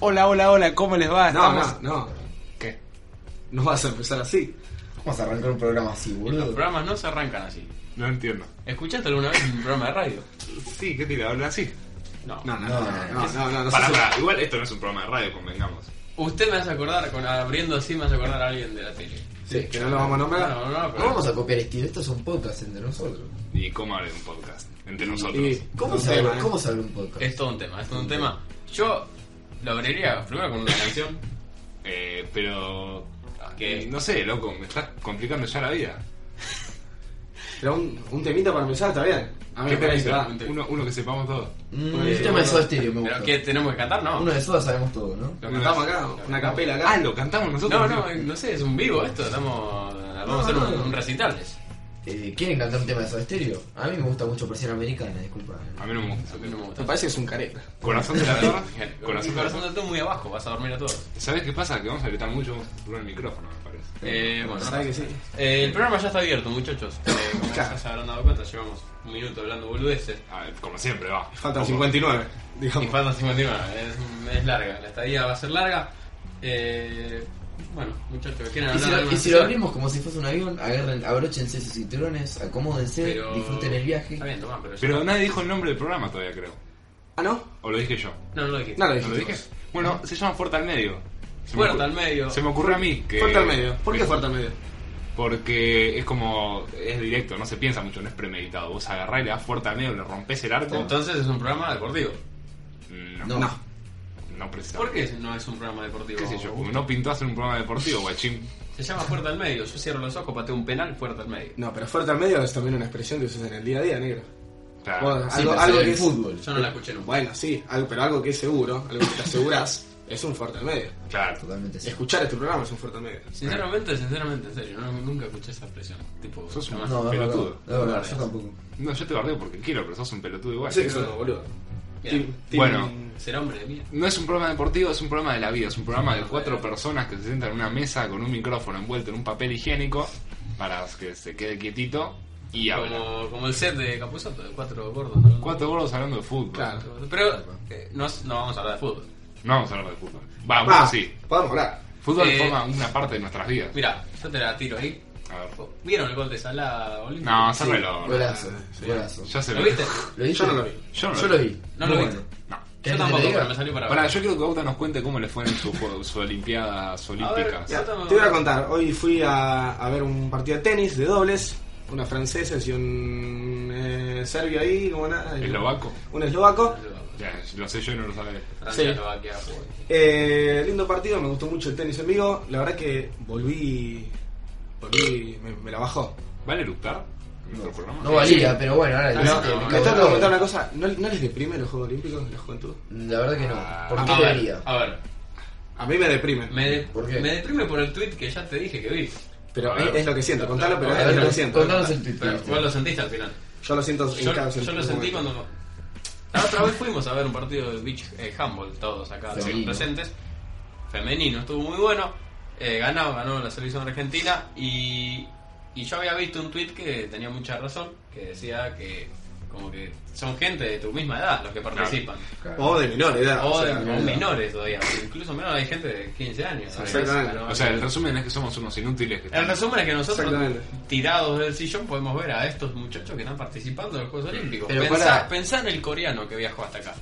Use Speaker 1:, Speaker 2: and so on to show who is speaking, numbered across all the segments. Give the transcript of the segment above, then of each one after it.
Speaker 1: Hola, hola, hola, ¿cómo les va?
Speaker 2: No,
Speaker 1: Estamos-
Speaker 2: no, no. ¿Qué? No vas a empezar así.
Speaker 3: Vamos a arrancar un programa así,
Speaker 4: Los
Speaker 3: boludo.
Speaker 4: programas no se arrancan así.
Speaker 2: No entiendo.
Speaker 4: ¿Escuchaste alguna vez un programa de radio?
Speaker 2: Sí, ¿qué tira? ¿Habla así?
Speaker 4: No.
Speaker 2: No, no, no, no, no, no, no, no,
Speaker 5: Pará,
Speaker 2: sos-
Speaker 5: pará, igual esto no es un programa de radio, convengamos.
Speaker 4: Usted me hace acordar, con, abriendo así me hace acordar a alguien de la tele.
Speaker 2: Sí, que no lo vamos a nombrar.
Speaker 4: No, no, no,
Speaker 3: No
Speaker 4: pero-
Speaker 3: vamos a copiar estilo, estos son podcasts entre nosotros.
Speaker 5: ¿Y cómo hablar de un podcast? Entre nosotros.
Speaker 2: Y-
Speaker 3: ¿Cómo,
Speaker 2: un
Speaker 3: saber,
Speaker 2: tema, ¿eh?
Speaker 3: ¿cómo saber un podcast?
Speaker 4: Es todo un tema, es todo un tema. Yo lo abriría primero con una canción.
Speaker 5: Eh, pero. eh,
Speaker 4: ¿Qué?
Speaker 5: No sé, loco, me estás complicando ya la vida.
Speaker 2: Pero un, un temita para empezar, está bien. A mí
Speaker 5: ¿Qué
Speaker 2: me
Speaker 5: tenés?
Speaker 2: parece, va.
Speaker 5: Uno, uno que sepamos todos.
Speaker 3: Mm,
Speaker 2: Pues,
Speaker 3: el tema de
Speaker 2: bueno.
Speaker 3: Soda Stereo me gusta.
Speaker 4: ¿Pero qué? ¿Tenemos que cantar? No.
Speaker 3: Uno de Soda sabemos todo, ¿no?
Speaker 2: Lo cantamos acá, una capela acá.
Speaker 5: Ah, lo cantamos
Speaker 4: No,
Speaker 5: nosotros.
Speaker 4: no, no sé, es un vivo esto. Estamos, vamos
Speaker 2: No,
Speaker 4: a hacer
Speaker 2: no,
Speaker 4: un,
Speaker 2: no.
Speaker 4: un recitales.
Speaker 3: Eh, ¿Quieren cantar un tema de Soda Stereo? A mí me gusta mucho Persiana Americana, disculpa.
Speaker 5: A mí no me gusta.
Speaker 4: A mí no me gusta.
Speaker 2: Me parece que es un careta.
Speaker 5: Corazón de la Tierra.
Speaker 4: Corazón,
Speaker 5: Corazón de la
Speaker 4: corazón
Speaker 5: Tierra.
Speaker 4: de todo muy abajo, vas a dormir a todos.
Speaker 5: ¿Sabes qué pasa? Que vamos a gritar mucho, vamos a saturar el micrófono, me parece.
Speaker 4: Eh, bueno,
Speaker 2: ¿Sabes que sí?
Speaker 4: Eh, el programa ya está abierto, muchachos. Eh, como
Speaker 2: Claro.
Speaker 4: ya se habrán dado cuenta, llevamos un minuto hablando boludeces.
Speaker 5: A ver, Ah, como siempre, va.
Speaker 2: Faltan
Speaker 5: Ojo.
Speaker 2: 59,
Speaker 4: Y
Speaker 2: digamos.
Speaker 4: falta 59, es, es larga. La estadía va a ser larga. Eh, bueno, muchachos, ¿quieren
Speaker 3: Y
Speaker 4: hablar
Speaker 3: si,
Speaker 4: de
Speaker 3: lo,
Speaker 4: alguna
Speaker 3: y si lo
Speaker 4: cosa?
Speaker 3: abrimos como si fuese un avión, agarren, abróchense sus cinturones, acomódense,
Speaker 4: Pero-
Speaker 3: eh, disfruten el viaje.
Speaker 4: Está bien, Tomás, pero, ya-
Speaker 5: Pero nadie dijo el nombre del programa todavía, creo.
Speaker 2: ¿Ah, no?
Speaker 5: O lo dije yo.
Speaker 4: No, no lo dijiste.
Speaker 2: No lo
Speaker 5: ¿No lo dije?
Speaker 2: dijiste.
Speaker 5: Bueno, se llama Puerta al Medio. Se me
Speaker 4: Puerta
Speaker 5: ocur-
Speaker 4: al medio.
Speaker 5: Se me ocurre a mí que.
Speaker 2: Fuerte al medio. ¿Por Eh, qué
Speaker 5: que-
Speaker 2: fuerte al medio?
Speaker 5: Porque es como. Es directo, no se piensa mucho, no es premeditado. Vos agarrás y le das fuerte al medio, le rompes el arco.
Speaker 4: Entonces es un programa deportivo.
Speaker 5: no, no,
Speaker 3: No.
Speaker 2: No.
Speaker 5: precisamente.
Speaker 4: ¿Por qué no es un programa deportivo?
Speaker 5: ¿Qué sé yo? Como no pintó hacer un programa deportivo, guachín.
Speaker 4: Se llama Puerta al Medio. Yo cierro los ojos, pateo un penal, Puerta al Medio.
Speaker 2: No, pero fuerte al medio es también una expresión que usas en el día a día, negro.
Speaker 5: Claro.
Speaker 2: Vos,
Speaker 3: Sí,
Speaker 2: algo algo
Speaker 3: pero saber
Speaker 2: que
Speaker 3: el
Speaker 2: es-
Speaker 3: fútbol.
Speaker 4: Yo no la escuché nunca.
Speaker 2: Bueno, sí, algo, pero algo que es seguro, algo que te aseguras, es un fuerte al medio.
Speaker 5: Claro.
Speaker 3: Totalmente sí.
Speaker 2: Escuchar este programa es un fuerte al medio.
Speaker 4: Sinceramente, sinceramente, en serio, no- nunca escuché esa expresión. Tipo,
Speaker 5: Sos un-
Speaker 4: jamás.
Speaker 3: No, no, no, no,
Speaker 5: Pelotudo.
Speaker 3: no, no, yo tampoco.
Speaker 5: No, yo te bardeo porque quiero, pero sos un pelotudo igual.
Speaker 2: Sí, que eso no, boludo.
Speaker 4: Bien.
Speaker 2: Tim- tim-
Speaker 5: Bueno.
Speaker 4: Ser hombre de mierda.
Speaker 5: No es un programa deportivo, es un programa de la vida. Es un programa de cuatro personas que se sientan en una mesa con un micrófono envuelto en un papel higiénico para que se quede quietito y hablan.
Speaker 4: Como, como el set de Capuzoto, de cuatro gordos. ¿no?
Speaker 5: Cuatro gordos hablando de fútbol.
Speaker 2: Claro.
Speaker 4: Pero eh, no, no vamos a hablar de fútbol.
Speaker 5: No vamos a hablar de fútbol. Va,
Speaker 2: Ah,
Speaker 5: bueno, sí.
Speaker 2: Podemos hablar.
Speaker 5: Fútbol
Speaker 4: Eh,
Speaker 5: forma una parte de nuestras vidas.
Speaker 4: Mira, yo te la tiro ahí.
Speaker 5: A ver.
Speaker 4: ¿Vieron el gol de Salah Olímpico?
Speaker 5: No,
Speaker 3: Sí,
Speaker 5: sácalo.
Speaker 3: golazo, golazo.
Speaker 5: Ya se
Speaker 4: ¿Lo viste?
Speaker 3: ¿Lo viste?
Speaker 2: Yo no lo vi.
Speaker 5: Yo no
Speaker 3: Yo
Speaker 5: lo
Speaker 3: lo
Speaker 5: vi.
Speaker 3: vi.
Speaker 4: No lo
Speaker 3: Muy
Speaker 4: viste.
Speaker 3: bueno.
Speaker 5: No.
Speaker 3: ¿Querés
Speaker 4: Yo
Speaker 3: que te
Speaker 4: tampoco,
Speaker 3: diga?
Speaker 4: pero me salió para
Speaker 5: Ahora,
Speaker 4: ver.
Speaker 5: yo quiero que Bauta nos cuente cómo le fue en su, juego- su Olimpiadas Olímpicas.
Speaker 2: Ya,
Speaker 4: Yo también-
Speaker 2: te voy a contar, hoy fui a, a ver un partido de tenis de dobles, una francesa y un eh, serbio ahí, como nada,
Speaker 5: Eslovaco.
Speaker 2: un eslovaco.
Speaker 5: Ya, lo sé yo y no lo sabe.
Speaker 4: Francia
Speaker 2: Sí.
Speaker 4: lo va a quedar por-
Speaker 2: Eh, lindo partido, me gustó mucho el tenis en vivo, la verdad que volví, volví, me, me la bajó.
Speaker 5: ¿Vale eructar? en nuestro programa?
Speaker 3: No valía, pero bueno, ahora
Speaker 2: Pero,
Speaker 4: no,
Speaker 2: me
Speaker 3: dijiste, me cago
Speaker 2: tengo que
Speaker 3: todo.
Speaker 2: preguntar una cosa, ¿no, ¿no les deprime los Juegos Olímpicos, la juventud?
Speaker 3: La verdad que no. ¿Por qué
Speaker 4: a, ver,
Speaker 3: debería?
Speaker 4: a ver,
Speaker 2: A mí me deprime,
Speaker 4: me, de-
Speaker 3: ¿Por qué?
Speaker 4: me deprime por el tweet que ya te dije que vi.
Speaker 2: pero
Speaker 5: A ver.
Speaker 2: es, es lo que siento, contalo, pero
Speaker 4: A
Speaker 2: es
Speaker 3: ver,
Speaker 2: lo que
Speaker 3: con-
Speaker 2: siento.
Speaker 3: contanos el tuit que
Speaker 4: Pero
Speaker 3: viste.
Speaker 4: vos lo sentiste al final.
Speaker 2: Yo lo siento en
Speaker 4: Yo,
Speaker 2: cada
Speaker 4: yo lo
Speaker 2: momento.
Speaker 4: sentí cuando. La otra vez fuimos a ver un partido de beach eh, handball, todos acá
Speaker 3: Femenino.
Speaker 4: todos presentes. Femenino, estuvo muy bueno. Eh, ganó, ganó la selección argentina. Y, y yo había visto un tweet que tenía mucha razón, que decía que como que son gente de tu misma edad los que participan.
Speaker 2: O de menor edad.
Speaker 4: O,
Speaker 2: o
Speaker 4: de-
Speaker 2: sea,
Speaker 4: o menores todavía, porque incluso menor hay gente de 15 años. a veces,
Speaker 2: Exactamente.
Speaker 4: ganó-
Speaker 5: O sea, el resumen es que somos unos inútiles que
Speaker 4: el
Speaker 5: están...
Speaker 4: resumen es que nosotros,
Speaker 2: Exactamente.
Speaker 4: tirados del sillón, podemos ver a estos muchachos que están participando en los Juegos Olímpicos.
Speaker 3: Pero
Speaker 4: pensá,
Speaker 3: pará.
Speaker 4: pensá en el coreano que viajó hasta acá.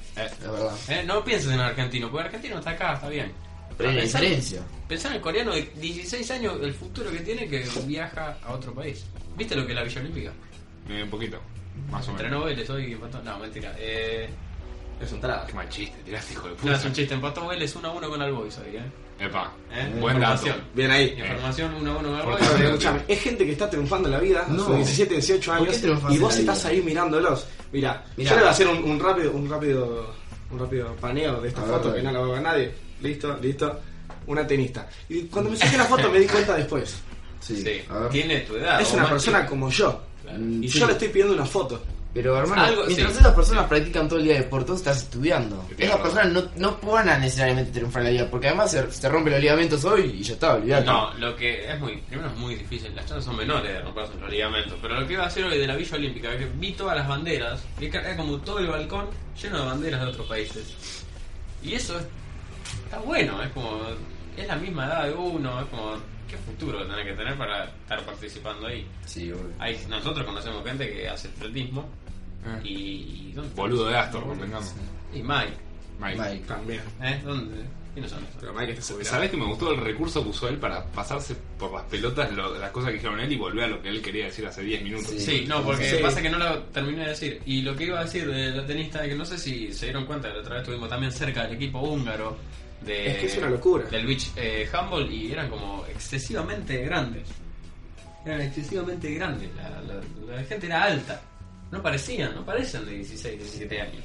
Speaker 3: La verdad.
Speaker 4: Eh, No pienses en el argentino, porque el argentino está acá, está bien.
Speaker 3: Pero hay una
Speaker 4: pensá,
Speaker 3: diferencia.
Speaker 4: pensá en el coreano de 16 años, el futuro que tiene que viaja a otro país. ¿Viste lo que es la Villa Olímpica?
Speaker 5: Eh, un poquito. Más o menos.
Speaker 4: Entrenó Vélez hoy y empató. No, mentira. Eh,
Speaker 2: Es un ¿eh? tarado.
Speaker 5: Qué mal chiste, tiraste hijo de
Speaker 4: no,
Speaker 5: puta.
Speaker 4: es un chiste. Empató Vélez 1 a 1 con Albois hoy, ¿eh?
Speaker 5: Epa.
Speaker 4: ¿Eh?
Speaker 5: Buen dato.
Speaker 4: Información.
Speaker 2: Bien ahí.
Speaker 4: Información 1 a 1 con
Speaker 2: Pero,
Speaker 5: Por-
Speaker 4: Albois.
Speaker 2: pero, escuchame, es gente que está triunfando en la vida,
Speaker 3: No.
Speaker 2: a sus 17, 18
Speaker 3: ¿Por qué
Speaker 2: años,
Speaker 3: triunfas
Speaker 2: y
Speaker 3: en
Speaker 2: vos
Speaker 3: la
Speaker 2: estás
Speaker 3: vida?
Speaker 2: ahí mirándolos. Mira,
Speaker 3: Mirá.
Speaker 2: yo le voy a hacer un, un rápido, un rápido un rápido paneo de esta
Speaker 3: A ver,
Speaker 2: foto
Speaker 3: dale.
Speaker 2: que no la va a ver nadie. Listo, listo. Una tenista. Y cuando me saqué la foto me di cuenta después.
Speaker 3: Sí.
Speaker 4: Sí.
Speaker 3: A ver.
Speaker 4: Tiene tu edad.
Speaker 2: es
Speaker 4: o
Speaker 2: una
Speaker 4: más
Speaker 2: persona
Speaker 4: chica.
Speaker 2: como yo.
Speaker 4: Claro.
Speaker 3: Mm,
Speaker 2: Y
Speaker 3: sí.
Speaker 2: yo le estoy pidiendo una foto.
Speaker 3: Pero hermano,
Speaker 4: Algo-
Speaker 3: mientras
Speaker 4: sí.
Speaker 3: esas personas practican todo el día deporte, vos estás estudiando.
Speaker 5: Claro.
Speaker 3: Esas personas no, no van a necesariamente triunfar en la vida, porque además se, se rompen los ligamentos hoy y ya está, olvidate.
Speaker 4: No, lo que es muy, primero es muy difícil, las chances son menores de romperse los ligamentos, pero lo que iba a hacer hoy de la Villa Olímpica, que vi todas las banderas, y acá era como todo el balcón lleno de banderas de otros países. Y eso es- está bueno, es como, es la misma edad de uno, es como, ¿qué futuro tenés que tener para estar participando ahí?
Speaker 3: Sí, obvio.
Speaker 4: Hay, nosotros conocemos gente que hace atletismo
Speaker 5: Ah.
Speaker 4: y... y ¿dónde está?
Speaker 5: Boludo de Astor, convengamos.
Speaker 4: Y Mike,
Speaker 5: Mike.
Speaker 3: Mike.
Speaker 2: También.
Speaker 4: ¿eh? ¿Dónde? ¿Quién no son
Speaker 2: Pero Mike está seguro.
Speaker 5: Porque sabés que me gustó el recurso que usó él para pasarse por las pelotas lo- las cosas que dijeron él y volver a lo que él quería decir hace 10 minutos.
Speaker 3: Sí.
Speaker 4: Sí, no, porque
Speaker 2: Sí.
Speaker 4: pasa que no lo terminé de decir. Y lo que iba a decir de la tenista, que no sé si se dieron cuenta, la otra vez estuvimos también cerca del equipo húngaro. De,
Speaker 2: Es que es una locura.
Speaker 4: Del Beach eh, Handball y eran como excesivamente grandes. Eran excesivamente grandes. La, la- la gente era alta. No parecían, no parecen de 16, 17 años.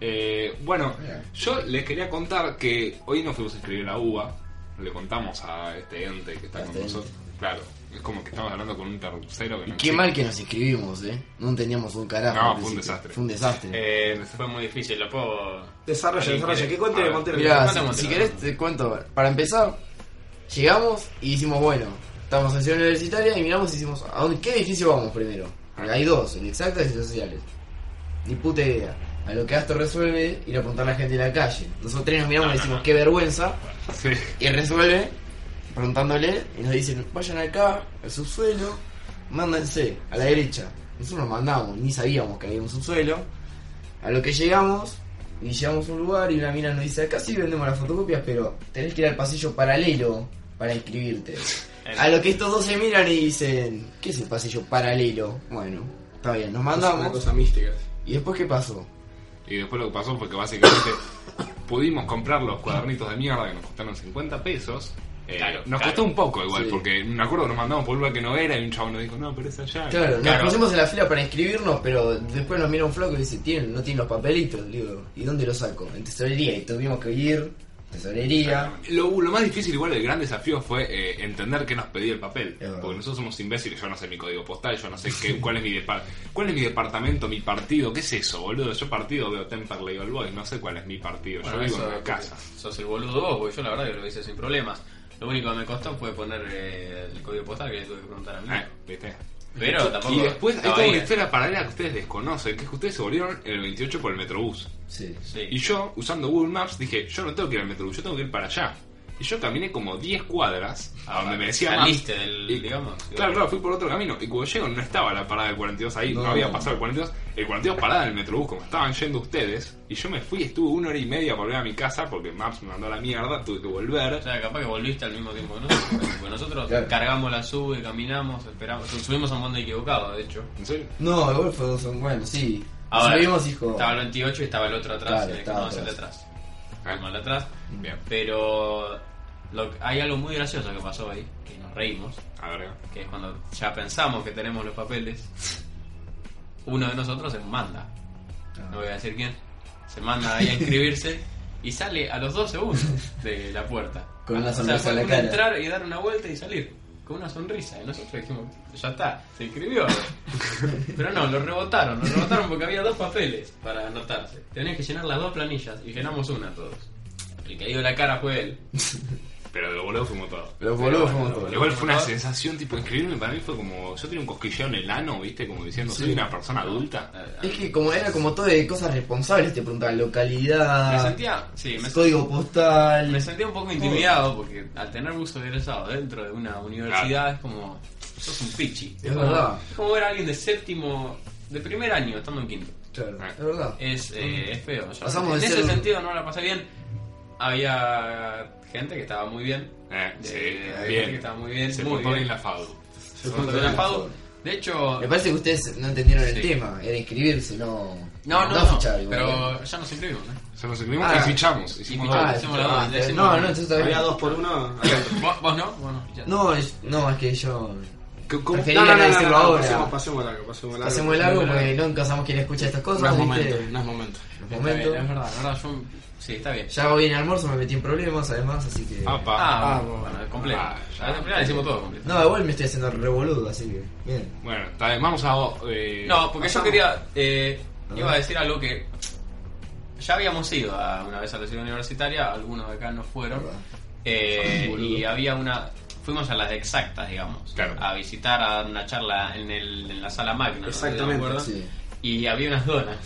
Speaker 5: Eh, bueno,
Speaker 3: Mira.
Speaker 5: yo les quería contar que hoy nos fuimos a escribir a UBA, le contamos a este ente que está
Speaker 3: A
Speaker 5: con
Speaker 3: este
Speaker 5: nosotros. Claro, es como que estamos hablando con un tercero que
Speaker 3: Y
Speaker 5: no
Speaker 3: qué
Speaker 5: existe.
Speaker 3: mal que nos inscribimos, eh. No entendíamos un carajo.
Speaker 5: No,
Speaker 3: al
Speaker 5: fue un
Speaker 3: principio.
Speaker 5: desastre.
Speaker 3: Fue un desastre.
Speaker 4: Eh, fue muy difícil, lo puedo.
Speaker 2: Desarrolla,
Speaker 4: ¿Alguien
Speaker 2: desarrolla.
Speaker 4: quiere?
Speaker 2: ¿Qué cuente
Speaker 5: A
Speaker 2: de
Speaker 5: ver.
Speaker 2: Montero?
Speaker 3: Mira,
Speaker 4: Mate, Montero.
Speaker 3: si, si querés te cuento. Para empezar, llegamos y hicimos, bueno, estamos en ciudad universitaria y miramos y hicimos, ¿a dónde, qué edificio vamos primero? Porque hay dos, el exacto y el sociales. Ni puta idea. A lo que Astor resuelve, ir a apuntar a la gente de la calle. Nosotros tres nos miramos y decimos, qué vergüenza.
Speaker 5: Sí.
Speaker 3: Y resuelve preguntándole y nos dicen, vayan acá, al subsuelo, mándense a la derecha. Nosotros nos mandamos, ni sabíamos que había un subsuelo. A lo que llegamos, y llegamos a un lugar y una mina nos dice, acá sí vendemos las fotocopias, pero tenés que ir al pasillo paralelo para inscribirte. A lo que estos dos se miran y dicen, ¿qué es el pasillo paralelo? Bueno, está bien, nos
Speaker 2: Una
Speaker 3: mandamos.
Speaker 2: cosa mística.
Speaker 3: ¿Y después qué pasó?
Speaker 5: Y después lo que pasó fue que básicamente pudimos comprar los cuadernitos de mierda que nos costaron 50 pesos. Eh,
Speaker 4: Claro,
Speaker 5: nos
Speaker 4: claro.
Speaker 5: costó un poco igual,
Speaker 3: Sí.
Speaker 5: porque me acuerdo que nos mandamos por un lugar que no era y un chabón nos dijo, no, pero es allá.
Speaker 3: Claro, nos
Speaker 4: Claro.
Speaker 3: pusimos en la fila para inscribirnos, pero después nos mira un flaco y dice, ¿Tienen, no tienen los papelitos, Le digo, ¿y dónde los saco? En tesorería, y tuvimos que ir, tesorería,
Speaker 5: Lo, lo más difícil, igual, el gran desafío fue eh, entender qué nos pedía el papel.
Speaker 3: Es verdad.
Speaker 5: Porque nosotros somos imbéciles, yo no sé mi código postal, yo no sé qué, cuál, es mi depar- cuál es mi departamento, mi partido, qué es eso, boludo. Yo partido veo Temperley All Boys, no sé cuál es mi partido,
Speaker 4: Bueno,
Speaker 5: yo vivo
Speaker 4: eso
Speaker 5: en una casa.
Speaker 4: Sos el boludo vos, porque yo la verdad que lo hice sin problemas. Lo único que me costó fue poner eh, el código postal que le tuve que preguntar a mí.
Speaker 5: Ah, ¿viste?
Speaker 4: Pero tampoco.
Speaker 5: Y después hay
Speaker 4: estaba
Speaker 5: toda
Speaker 4: ahí.
Speaker 5: una historia paralela que ustedes desconocen, que es que ustedes se volvieron en el 28 por el Metrobús.
Speaker 3: sí.
Speaker 4: Sí.
Speaker 5: Y yo, usando Google Maps, dije, yo no tengo que ir al Metrobús, yo tengo que ir para allá. Y yo caminé como 10 cuadras a donde me decía Maps.
Speaker 4: Saliste del,
Speaker 5: Y-
Speaker 4: digamos.
Speaker 5: Claro, claro, fui por otro camino. Y cuando llego no estaba la parada del 42 ahí, no,
Speaker 3: No.
Speaker 5: había pasado el 42. El 42 parada del Metrobús, como estaban yendo ustedes. Y yo me fui, estuve una hora y media para volver a mi casa porque Maps me mandó a la mierda, tuve que volver.
Speaker 4: O sea, capaz que volviste al mismo tiempo que nosotros. Porque nosotros
Speaker 3: Claro.
Speaker 4: cargamos la sube, caminamos, esperamos. Subimos a un monte equivocado, de hecho.
Speaker 5: ¿En serio?
Speaker 3: No, el gol fue dos, bueno, sí. Nos
Speaker 4: Ahora,
Speaker 3: subimos, hijo.
Speaker 4: Estaba el 28 y estaba el otro atrás.
Speaker 3: Claro,
Speaker 4: y el que
Speaker 3: estaba
Speaker 4: no es el de
Speaker 3: atrás.
Speaker 4: atrás. Fuimos al de atrás.
Speaker 5: Bien,
Speaker 4: Pero lo- hay algo muy gracioso que pasó ahí, que nos reímos.
Speaker 5: a ver.
Speaker 4: que es cuando ya pensamos que tenemos los papeles, uno de nosotros se manda, no voy a decir quién, se manda ahí a inscribirse y sale a los dos segundos de la puerta.
Speaker 3: Con una
Speaker 4: O sea,
Speaker 3: sonrisa
Speaker 4: fue
Speaker 3: en la
Speaker 4: un
Speaker 3: cara.
Speaker 4: entrar y dar una vuelta y salir, con una sonrisa. Y nosotros dijimos, ya está, se inscribió. Pero no, lo rebotaron, lo rebotaron porque había dos papeles para anotarse. Tenías que llenar las dos planillas y llenamos una todos. El que dio la cara fue él.
Speaker 5: Pero de lo boludo fuimos todos.
Speaker 3: Los boludos fuimos
Speaker 4: Pero
Speaker 3: todos.
Speaker 5: Igual fue una
Speaker 4: ¿verdad?
Speaker 5: sensación tipo inscribirme para mí fue como yo tenía un cosquilleo en el ano, viste, como diciendo soy
Speaker 3: Sí. Eh,
Speaker 5: una persona adulta.
Speaker 3: Es que como era como todo de cosas responsables, te preguntaban localidad,
Speaker 4: Me sentía, sí, me
Speaker 3: código postal.
Speaker 4: Me sentía un poco intimidado porque al tener buzo egresado dentro de una universidad
Speaker 5: Claro.
Speaker 4: es como. sos un pichi.
Speaker 3: Es verdad.
Speaker 4: Es como ver a alguien de séptimo. de primer año estando en quinto.
Speaker 3: Claro, es verdad.
Speaker 4: Es, eh, es feo. Yo
Speaker 3: Mm. Pasamos
Speaker 4: en
Speaker 3: de
Speaker 4: ese
Speaker 3: ser-
Speaker 4: sentido no la pasé bien. Había gente que estaba muy bien.
Speaker 5: Eh,
Speaker 4: De-
Speaker 5: sí,
Speaker 4: había gente que
Speaker 5: bien.
Speaker 4: estaba muy bien.
Speaker 5: Se
Speaker 4: muy
Speaker 5: portó
Speaker 4: bien.
Speaker 5: bien la FADU.
Speaker 4: Se portó bien la FADU. De hecho.
Speaker 3: Me parece que ustedes no entendieron el
Speaker 4: Sí.
Speaker 3: tema, era inscribirse, no...
Speaker 4: No, no, no.
Speaker 3: fichar, igual.
Speaker 4: Pero ya nos inscribimos, ¿eh?
Speaker 5: Se nos escribimos
Speaker 3: Ah.
Speaker 5: y fichamos. Hicimos
Speaker 4: Y
Speaker 5: dos.
Speaker 4: fichamos.
Speaker 3: Ah,
Speaker 4: hicimos la dos,
Speaker 3: ah,
Speaker 4: le hicimos
Speaker 3: no,
Speaker 4: la
Speaker 3: no,
Speaker 4: dos.
Speaker 3: entonces
Speaker 2: Había
Speaker 3: todavía...
Speaker 2: dos por uno.
Speaker 4: ¿Vos, vos no? Vos no fichaste.
Speaker 3: No, es- no, es que yo
Speaker 5: ¿Qué- cómo-
Speaker 3: Preferí- Quería decirlo ahora.
Speaker 2: pasemos, pasemos largo, pasemos largo.
Speaker 3: Hacemos el algo porque nunca sabemos quién escucha estas
Speaker 2: No
Speaker 3: cosas,
Speaker 2: es
Speaker 3: ¿viste?
Speaker 2: momento, no es momento.
Speaker 3: Los
Speaker 4: Está bien,
Speaker 3: momentos.
Speaker 4: es verdad, es verdad, yo... Sí, está bien.
Speaker 3: Ya hoy en el almuerzo me metí en problemas, además, así que.
Speaker 5: Apa.
Speaker 4: Ah,
Speaker 2: Ah,
Speaker 4: bueno,
Speaker 2: bueno.
Speaker 4: es completo.
Speaker 5: Ah, ya.
Speaker 4: ya, al final hicimos todo completo.
Speaker 3: No, igual me estoy haciendo revoludo, así que. Bien.
Speaker 5: Bueno, está bien, vamos a. eh,
Speaker 4: No, porque yo
Speaker 5: pasamos.
Speaker 4: quería. eh, iba a decir algo que. Ya habíamos ido a- una vez a la ciudad universitaria, algunos de acá no fueron.
Speaker 3: Verdad.
Speaker 4: eh,
Speaker 3: Boludo.
Speaker 4: y había una. Fuimos a las exactas, digamos.
Speaker 5: Claro.
Speaker 4: A visitar, a dar una charla en, el- en la sala magna. ¿no?
Speaker 2: Exactamente,
Speaker 4: ¿Te acuerdas?
Speaker 3: Sí.
Speaker 4: Y había unas donas.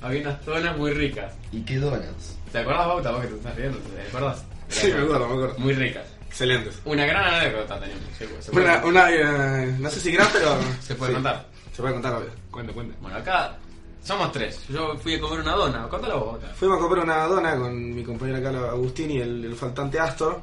Speaker 4: Había unas donas muy ricas.
Speaker 3: ¿Y qué donas?
Speaker 4: ¿Te acordás, Bauta? Vos que te estás riendo, ¿te acordás?
Speaker 2: Sí, me acuerdo, me acuerdo.
Speaker 4: Muy ricas.
Speaker 2: Excelentes.
Speaker 4: Una gran anécdota teníamos. sí, se puede-
Speaker 2: Una, una, eh, no sé si gran, pero.
Speaker 4: Se puede
Speaker 2: sí.
Speaker 4: contar.
Speaker 2: Se puede contar, obvio.
Speaker 5: Cuenta, cuenta.
Speaker 4: Bueno, acá somos tres. Yo fui a comer una dona. Contala vos, Bauta.
Speaker 2: Fuimos a comprar una dona con mi compañero acá, Agustín, y el, el faltante Astor.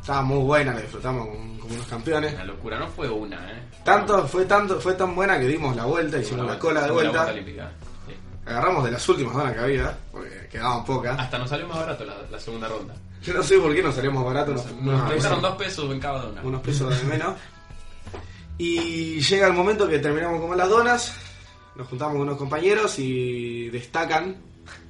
Speaker 2: Estaba muy buena, la disfrutamos como, como unos campeones.
Speaker 4: Una locura, no fue una, ¿eh?
Speaker 2: Tanto, fue tanto, fue tan buena que dimos la vuelta, hicimos la cola de vuelta.
Speaker 4: olímpica, sí.
Speaker 2: Agarramos de las últimas donas que había, porque quedaban pocas.
Speaker 4: Hasta nos salió más barato la, la segunda ronda.
Speaker 2: Yo no sé por qué nos salíamos baratos, nos,
Speaker 4: Nos
Speaker 2: nos
Speaker 4: prestaron
Speaker 2: pusieron
Speaker 4: dos pesos en cada dona.
Speaker 2: unos pesos de menos. Y llega el momento que terminamos con las donas, nos juntamos con unos compañeros y destacan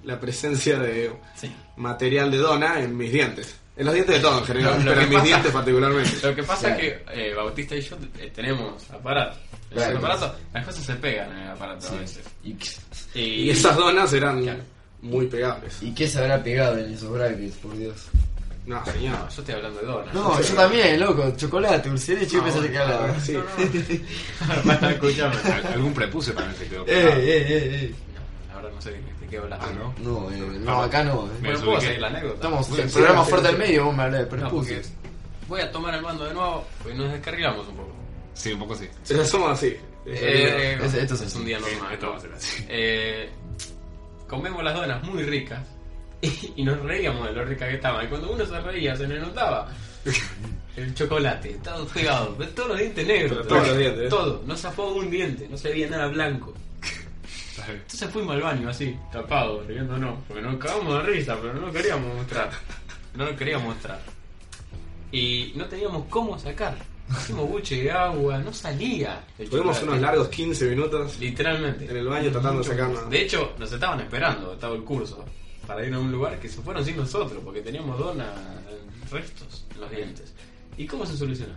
Speaker 2: la presencia de
Speaker 4: Sí.
Speaker 2: material de dona en mis dientes. En los dientes de todos en general,
Speaker 4: Lo- lo
Speaker 2: pero
Speaker 4: que
Speaker 2: en mis
Speaker 4: pasa-
Speaker 2: dientes particularmente.
Speaker 4: Lo que pasa
Speaker 3: Claro.
Speaker 4: es que eh, Bautista y yo eh, tenemos aparato. El
Speaker 3: Claro.
Speaker 4: aparato, las cosas se pegan en el aparato a veces.
Speaker 3: ¿Y, qué-
Speaker 4: Y,
Speaker 2: Y esas donas eran
Speaker 4: Claro.
Speaker 2: muy pegables.
Speaker 3: y qué se habrá pegado en esos brackets, por Dios?
Speaker 2: No,
Speaker 4: No,
Speaker 2: señor.
Speaker 4: yo estoy hablando de donas.
Speaker 3: No, yo también, loco. Chocolate, dulce de leche,
Speaker 2: No,
Speaker 3: yo pensé que
Speaker 4: Ah,
Speaker 3: hablaba.
Speaker 2: sí.
Speaker 4: Basta, escúchame.
Speaker 5: Al- Algún prepuce también se quedó.
Speaker 3: Eh, eh, eh, eh.
Speaker 4: No, la verdad no sé de qué- de qué hablas.
Speaker 5: Ah, ¿no?
Speaker 3: No, eh, no, acá no. eh.
Speaker 4: Bueno,
Speaker 5: Me desubiqué.
Speaker 4: ¿puedo seguir la anécdota?
Speaker 3: Estamos en el
Speaker 2: sí,
Speaker 3: programa
Speaker 2: sí,
Speaker 3: fuerte
Speaker 2: sí.
Speaker 3: al medio, vos me hablás de
Speaker 4: No, porque
Speaker 3: prepucios.
Speaker 4: voy a tomar el mando de nuevo, porque Pues nos descarrilamos un poco.
Speaker 5: Sí, un poco sí.
Speaker 2: Se somos así.
Speaker 4: Eh,
Speaker 3: Ese- esto es así.
Speaker 4: un día
Speaker 5: Sí,
Speaker 4: normal.
Speaker 5: esto va a ser así.
Speaker 4: Eh, comemos las donas muy ricas y nos reíamos de lo ricas que estaban. Y cuando uno se reía, se le notaba el chocolate, estaba pegado, pero todos los dientes negros.
Speaker 2: Pero todos los dientes, ¿eh?
Speaker 4: Todo, no zafó un diente, no se veía nada blanco.
Speaker 5: Está bien.
Speaker 4: Entonces fuimos al baño así, tapados, riéndonos, porque nos cagamos de risa, pero no lo queríamos mostrar. No lo queríamos mostrar. Y no teníamos cómo sacar. Hicimos buche de agua, no salía. el
Speaker 2: Tuvimos
Speaker 4: chocolate.
Speaker 2: unos largos 15 minutos
Speaker 4: Literalmente.
Speaker 2: en el baño tratando de sacarnos.
Speaker 4: Mm, De hecho, nos estaban esperando, estaba el curso, para ir a un lugar que se fueron sin nosotros, porque teníamos dona restos en los dientes. ¿Y cómo se solucionó?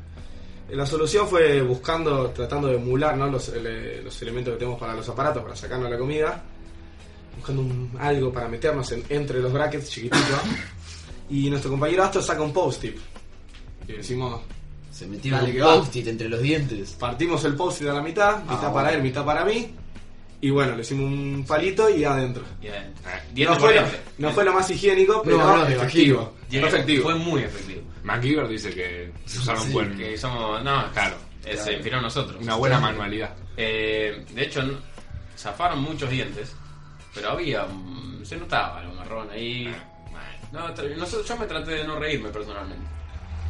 Speaker 2: Eh, La solución fue buscando, tratando de emular ¿no? los, ele- los elementos que tenemos para los aparatos, para sacarnos la comida. Buscando un- algo para meternos en- entre los brackets chiquitito. y nuestro compañero Astro saca un post-it. Y decimos,
Speaker 3: Se metieron
Speaker 2: Dale,
Speaker 3: un
Speaker 2: que va.
Speaker 3: post-it entre los dientes.
Speaker 2: partimos el post-it a la
Speaker 4: Ah,
Speaker 2: mitad, mitad para él, mitad para mí. Y bueno, le hicimos un palito y adentro.
Speaker 4: Y adentro.
Speaker 5: Ah,
Speaker 4: Diente
Speaker 2: No fue, lo,
Speaker 4: corriente.
Speaker 2: no fue lo más higiénico, pero
Speaker 3: No, no, me
Speaker 2: efectivo.
Speaker 4: Diente-
Speaker 2: Fue efectivo.
Speaker 4: Fue muy efectivo.
Speaker 5: MacGyver dice que se usaron
Speaker 3: Sí,
Speaker 5: buen-
Speaker 4: Que somos, no,
Speaker 5: Claro.
Speaker 4: eh, se inspiró en nosotros.
Speaker 5: una buena manualidad.
Speaker 4: Eh, de hecho, no- zafaron muchos dientes, pero había, mm, se notaba lo marrón ahí. No, tra- nosotros- yo me traté de no reírme personalmente.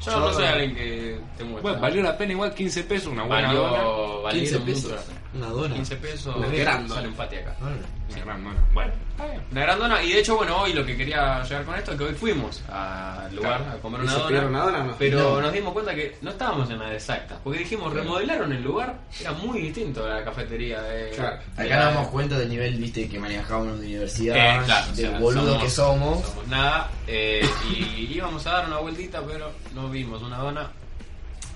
Speaker 4: Yo,
Speaker 2: Yo-
Speaker 4: no soy alguien que te muestra.
Speaker 5: Bueno, valió la pena igual 15 pesos, una buena dona.
Speaker 4: Valió, valió
Speaker 3: 15
Speaker 4: mucho
Speaker 3: pesos.
Speaker 4: la pena.
Speaker 3: Una dona.
Speaker 4: 15 pesos.
Speaker 3: Una
Speaker 2: grandona.
Speaker 4: Sale un pati acá.
Speaker 3: Bueno,
Speaker 5: Una gran dona. Bueno,
Speaker 2: Ah,
Speaker 5: está bien.
Speaker 4: Una gran dona. Y de hecho, bueno, hoy lo que quería llegar con esto es que hoy fuimos al lugar a comer
Speaker 2: ¿Y
Speaker 4: una
Speaker 2: se
Speaker 4: dona.
Speaker 2: pidieron una dona o no?
Speaker 4: Pero
Speaker 3: No.
Speaker 4: nos dimos cuenta que no estábamos en la exacta. Porque dijimos, remodelaron el lugar. Era muy distinto a la cafetería de.
Speaker 2: Claro.
Speaker 4: de
Speaker 3: Acá
Speaker 4: la-
Speaker 3: nos damos cuenta del nivel, viste, que manejamos de universidad,
Speaker 4: Eh, claro, o
Speaker 3: de
Speaker 4: sea,
Speaker 3: boludos que somos.
Speaker 4: no somos nada. eh, y íbamos a dar una vueltita, pero no vimos una dona.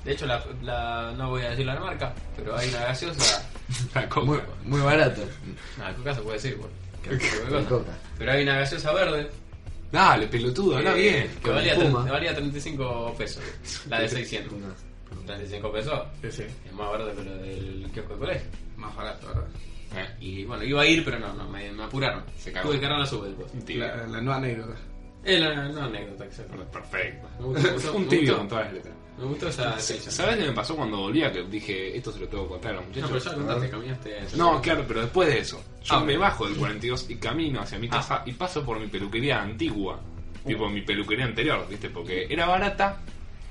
Speaker 4: De hecho, la, la- no voy a decir la marca, pero hay una gaseosa.
Speaker 5: La coca.
Speaker 3: Muy, muy barato.
Speaker 4: No, el coca se puede decir, bueno.
Speaker 3: Con coca.
Speaker 4: Pero hay una gaseosa verde.
Speaker 5: Dale, pelotudo, habla
Speaker 4: eh,
Speaker 5: bien.
Speaker 4: Que
Speaker 3: con
Speaker 4: valía,
Speaker 3: espuma.
Speaker 4: tre- que valía 35 pesos. La de 600.
Speaker 3: Una-
Speaker 4: 35 pesos.
Speaker 2: Sí, sí.
Speaker 4: Es más verde que lo del kiosco de colegio.
Speaker 2: Más barato, ¿verdad?
Speaker 5: Eh,
Speaker 4: Y bueno, iba a ir, pero no, no me, me apuraron.
Speaker 5: Se cagó.
Speaker 4: Tuve que agarrar la sube después.
Speaker 5: un tibio.
Speaker 2: La, la nueva anécdota.
Speaker 4: Es Eh, la, la anécdota que se acordó.
Speaker 5: Perfecto.
Speaker 4: Me gustó, me gustó,
Speaker 5: un
Speaker 4: me
Speaker 5: tibio
Speaker 4: gustó.
Speaker 5: con todas las letras.
Speaker 4: Me gustó esa sección.
Speaker 5: ¿Sabes qué me pasó cuando volvía? Que dije, esto se lo tengo que contar a los
Speaker 4: No, pero
Speaker 5: muchachos.
Speaker 4: ya contaste, caminaste.
Speaker 5: No, claro, pero después de eso, yo
Speaker 4: Ah,
Speaker 5: me
Speaker 4: ok. Ah.
Speaker 5: bajo del 42 y camino hacia mi casa y paso por mi peluquería antigua, tipo mi peluquería anterior, ¿viste? Porque era barata.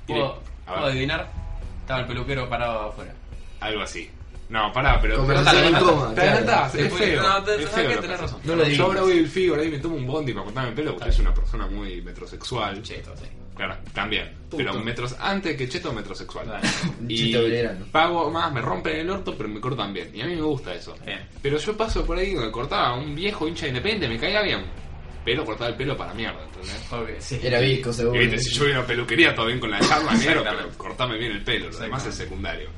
Speaker 5: y le-
Speaker 4: ¿Puedo,
Speaker 5: a
Speaker 4: puedo
Speaker 5: ver,
Speaker 4: adivinar? Estaba el peluquero parado afuera.
Speaker 5: algo así. No, pará, pero.
Speaker 3: Conversación en coma.
Speaker 2: Te
Speaker 3: claro.
Speaker 2: adelantás,
Speaker 5: Es
Speaker 2: es feo.
Speaker 4: No, te-
Speaker 5: Es
Speaker 4: ¿sabes
Speaker 5: feo
Speaker 4: qué?
Speaker 5: lo que
Speaker 4: Tenés
Speaker 5: hace.
Speaker 4: razón.
Speaker 3: No lo
Speaker 5: Yo
Speaker 3: digas.
Speaker 5: abro el Figure ahí, me tomo un bondi para cortarme el pelo. Usted es una persona muy metrosexual.
Speaker 4: Cheto, sí.
Speaker 5: Claro, también. Pero metros, antes que cheto, metrosexual.
Speaker 4: Vale.
Speaker 5: Y
Speaker 3: Cheto obrera, ¿no?
Speaker 5: pago más, me rompen el orto, pero me cortan bien. Y a mí me gusta eso.
Speaker 4: Bien.
Speaker 5: Pero yo paso por ahí donde cortaba un viejo hincha independiente, me caía bien. Pero cortaba el pelo para mierda, ¿entendés?
Speaker 4: Obvio, sí.
Speaker 3: Era visco,
Speaker 5: Y
Speaker 3: seguro.
Speaker 5: viste, si yo voy a una peluquería, todo bien con la charla, negro, pero
Speaker 4: Exactamente.
Speaker 5: cortame bien el pelo, lo demás
Speaker 4: Exactamente.
Speaker 5: es secundario.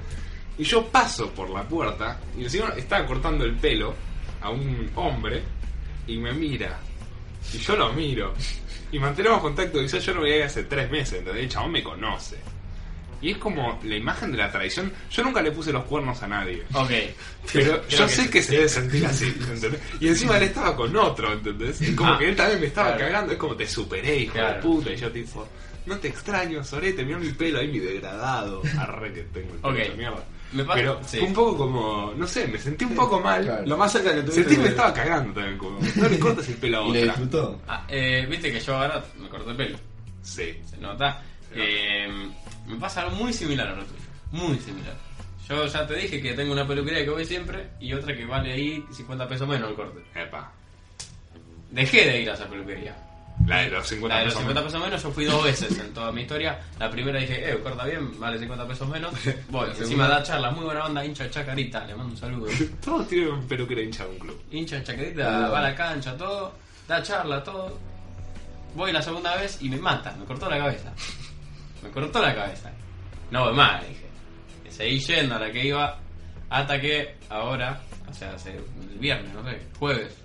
Speaker 5: Y yo paso por la puerta y el señor está cortando el pelo a un hombre y me mira. Y yo lo miro. Y mantenemos contacto, quizás yo no veía hace tres meses, entonces el chabón me conoce. Y es como la imagen de la traición. Yo nunca le puse los cuernos a nadie.
Speaker 4: Ok.
Speaker 5: Pero
Speaker 4: Creo
Speaker 5: yo
Speaker 4: que
Speaker 5: sé
Speaker 4: sí.
Speaker 5: que se debe sentir así, ¿entendés? Y encima él estaba con otro, ¿entendés? Y como
Speaker 4: Ah,
Speaker 5: que él también me estaba
Speaker 4: claro.
Speaker 5: cagando, es como te superé, hijo de
Speaker 4: Claro.
Speaker 5: puta. Y yo tipo, no te extraño, Sorete, mirá mi pelo ahí, mi degradado. Arre que tengo el pelo
Speaker 4: Ok.
Speaker 5: de mierda.
Speaker 4: Me pasa-
Speaker 5: Pero
Speaker 4: sí.
Speaker 5: fue un poco como, no sé, me sentí un poco mal.
Speaker 3: claro.
Speaker 2: Lo más cerca que tuviste.
Speaker 5: Sentí que me
Speaker 2: de-
Speaker 5: estaba cagando también, como, no le cortas el pelo a
Speaker 3: ¿Y le
Speaker 5: otra.
Speaker 3: disfrutó?
Speaker 4: Ah, eh, Viste que yo ahora me corto el pelo.
Speaker 5: Sí.
Speaker 4: se nota. Eh, me pasa algo muy similar a lo tuyo. Muy similar. Yo ya te dije que tengo una peluquería que voy siempre y otra que vale ahí 50 pesos menos el corte.
Speaker 5: Epa.
Speaker 4: Dejé de ir a esa peluquería.
Speaker 5: La de los 50
Speaker 4: La de los
Speaker 5: pesos
Speaker 4: 50
Speaker 5: menos.
Speaker 4: pesos menos yo fui dos veces en toda mi historia. La primera dije, eh, corta bien, vale 50 pesos menos. Voy, encima da charlas, muy buena onda, hincha de chacarita, le mando un saludo.
Speaker 5: Todos tienen un peluquero hincha de un club.
Speaker 4: hincha de chacarita, va a la cancha, todo, da charla, todo. Voy la segunda vez y me mata, me cortó la cabeza. Me cortó la cabeza. No voy más, le dije. Y Seguí yendo a la que iba hasta que ahora, o sea, hace el viernes, no sé, jueves.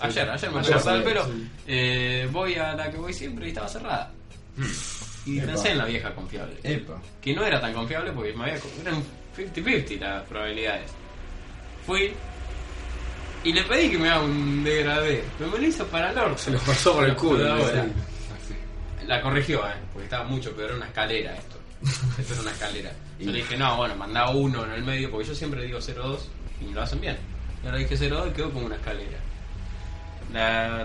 Speaker 4: Ayer, ayer me
Speaker 3: Ayer,
Speaker 4: cortó el
Speaker 3: sí,
Speaker 4: pelo.
Speaker 3: sí.
Speaker 4: Eh, voy a la que voy siempre y estaba cerrada. Y
Speaker 3: Epa.
Speaker 4: pensé en la vieja confiable.
Speaker 3: Epa.
Speaker 4: Que no era tan confiable porque me había... co- Eran 50-50 las probabilidades. Fui y le pedí que me haga un degradé. Pero me lo hizo para el orto. Se lo
Speaker 2: pasó por el culo,
Speaker 4: La,
Speaker 2: sí.
Speaker 4: la corrigió, ¿eh? porque estaba mucho peor. Era una escalera esto. Esto era una escalera. Yo le dije, no, bueno, mandá uno en el medio porque yo siempre digo 0-2 y me lo hacen bien. Yo le dije 0-2 y quedó como una escalera. La-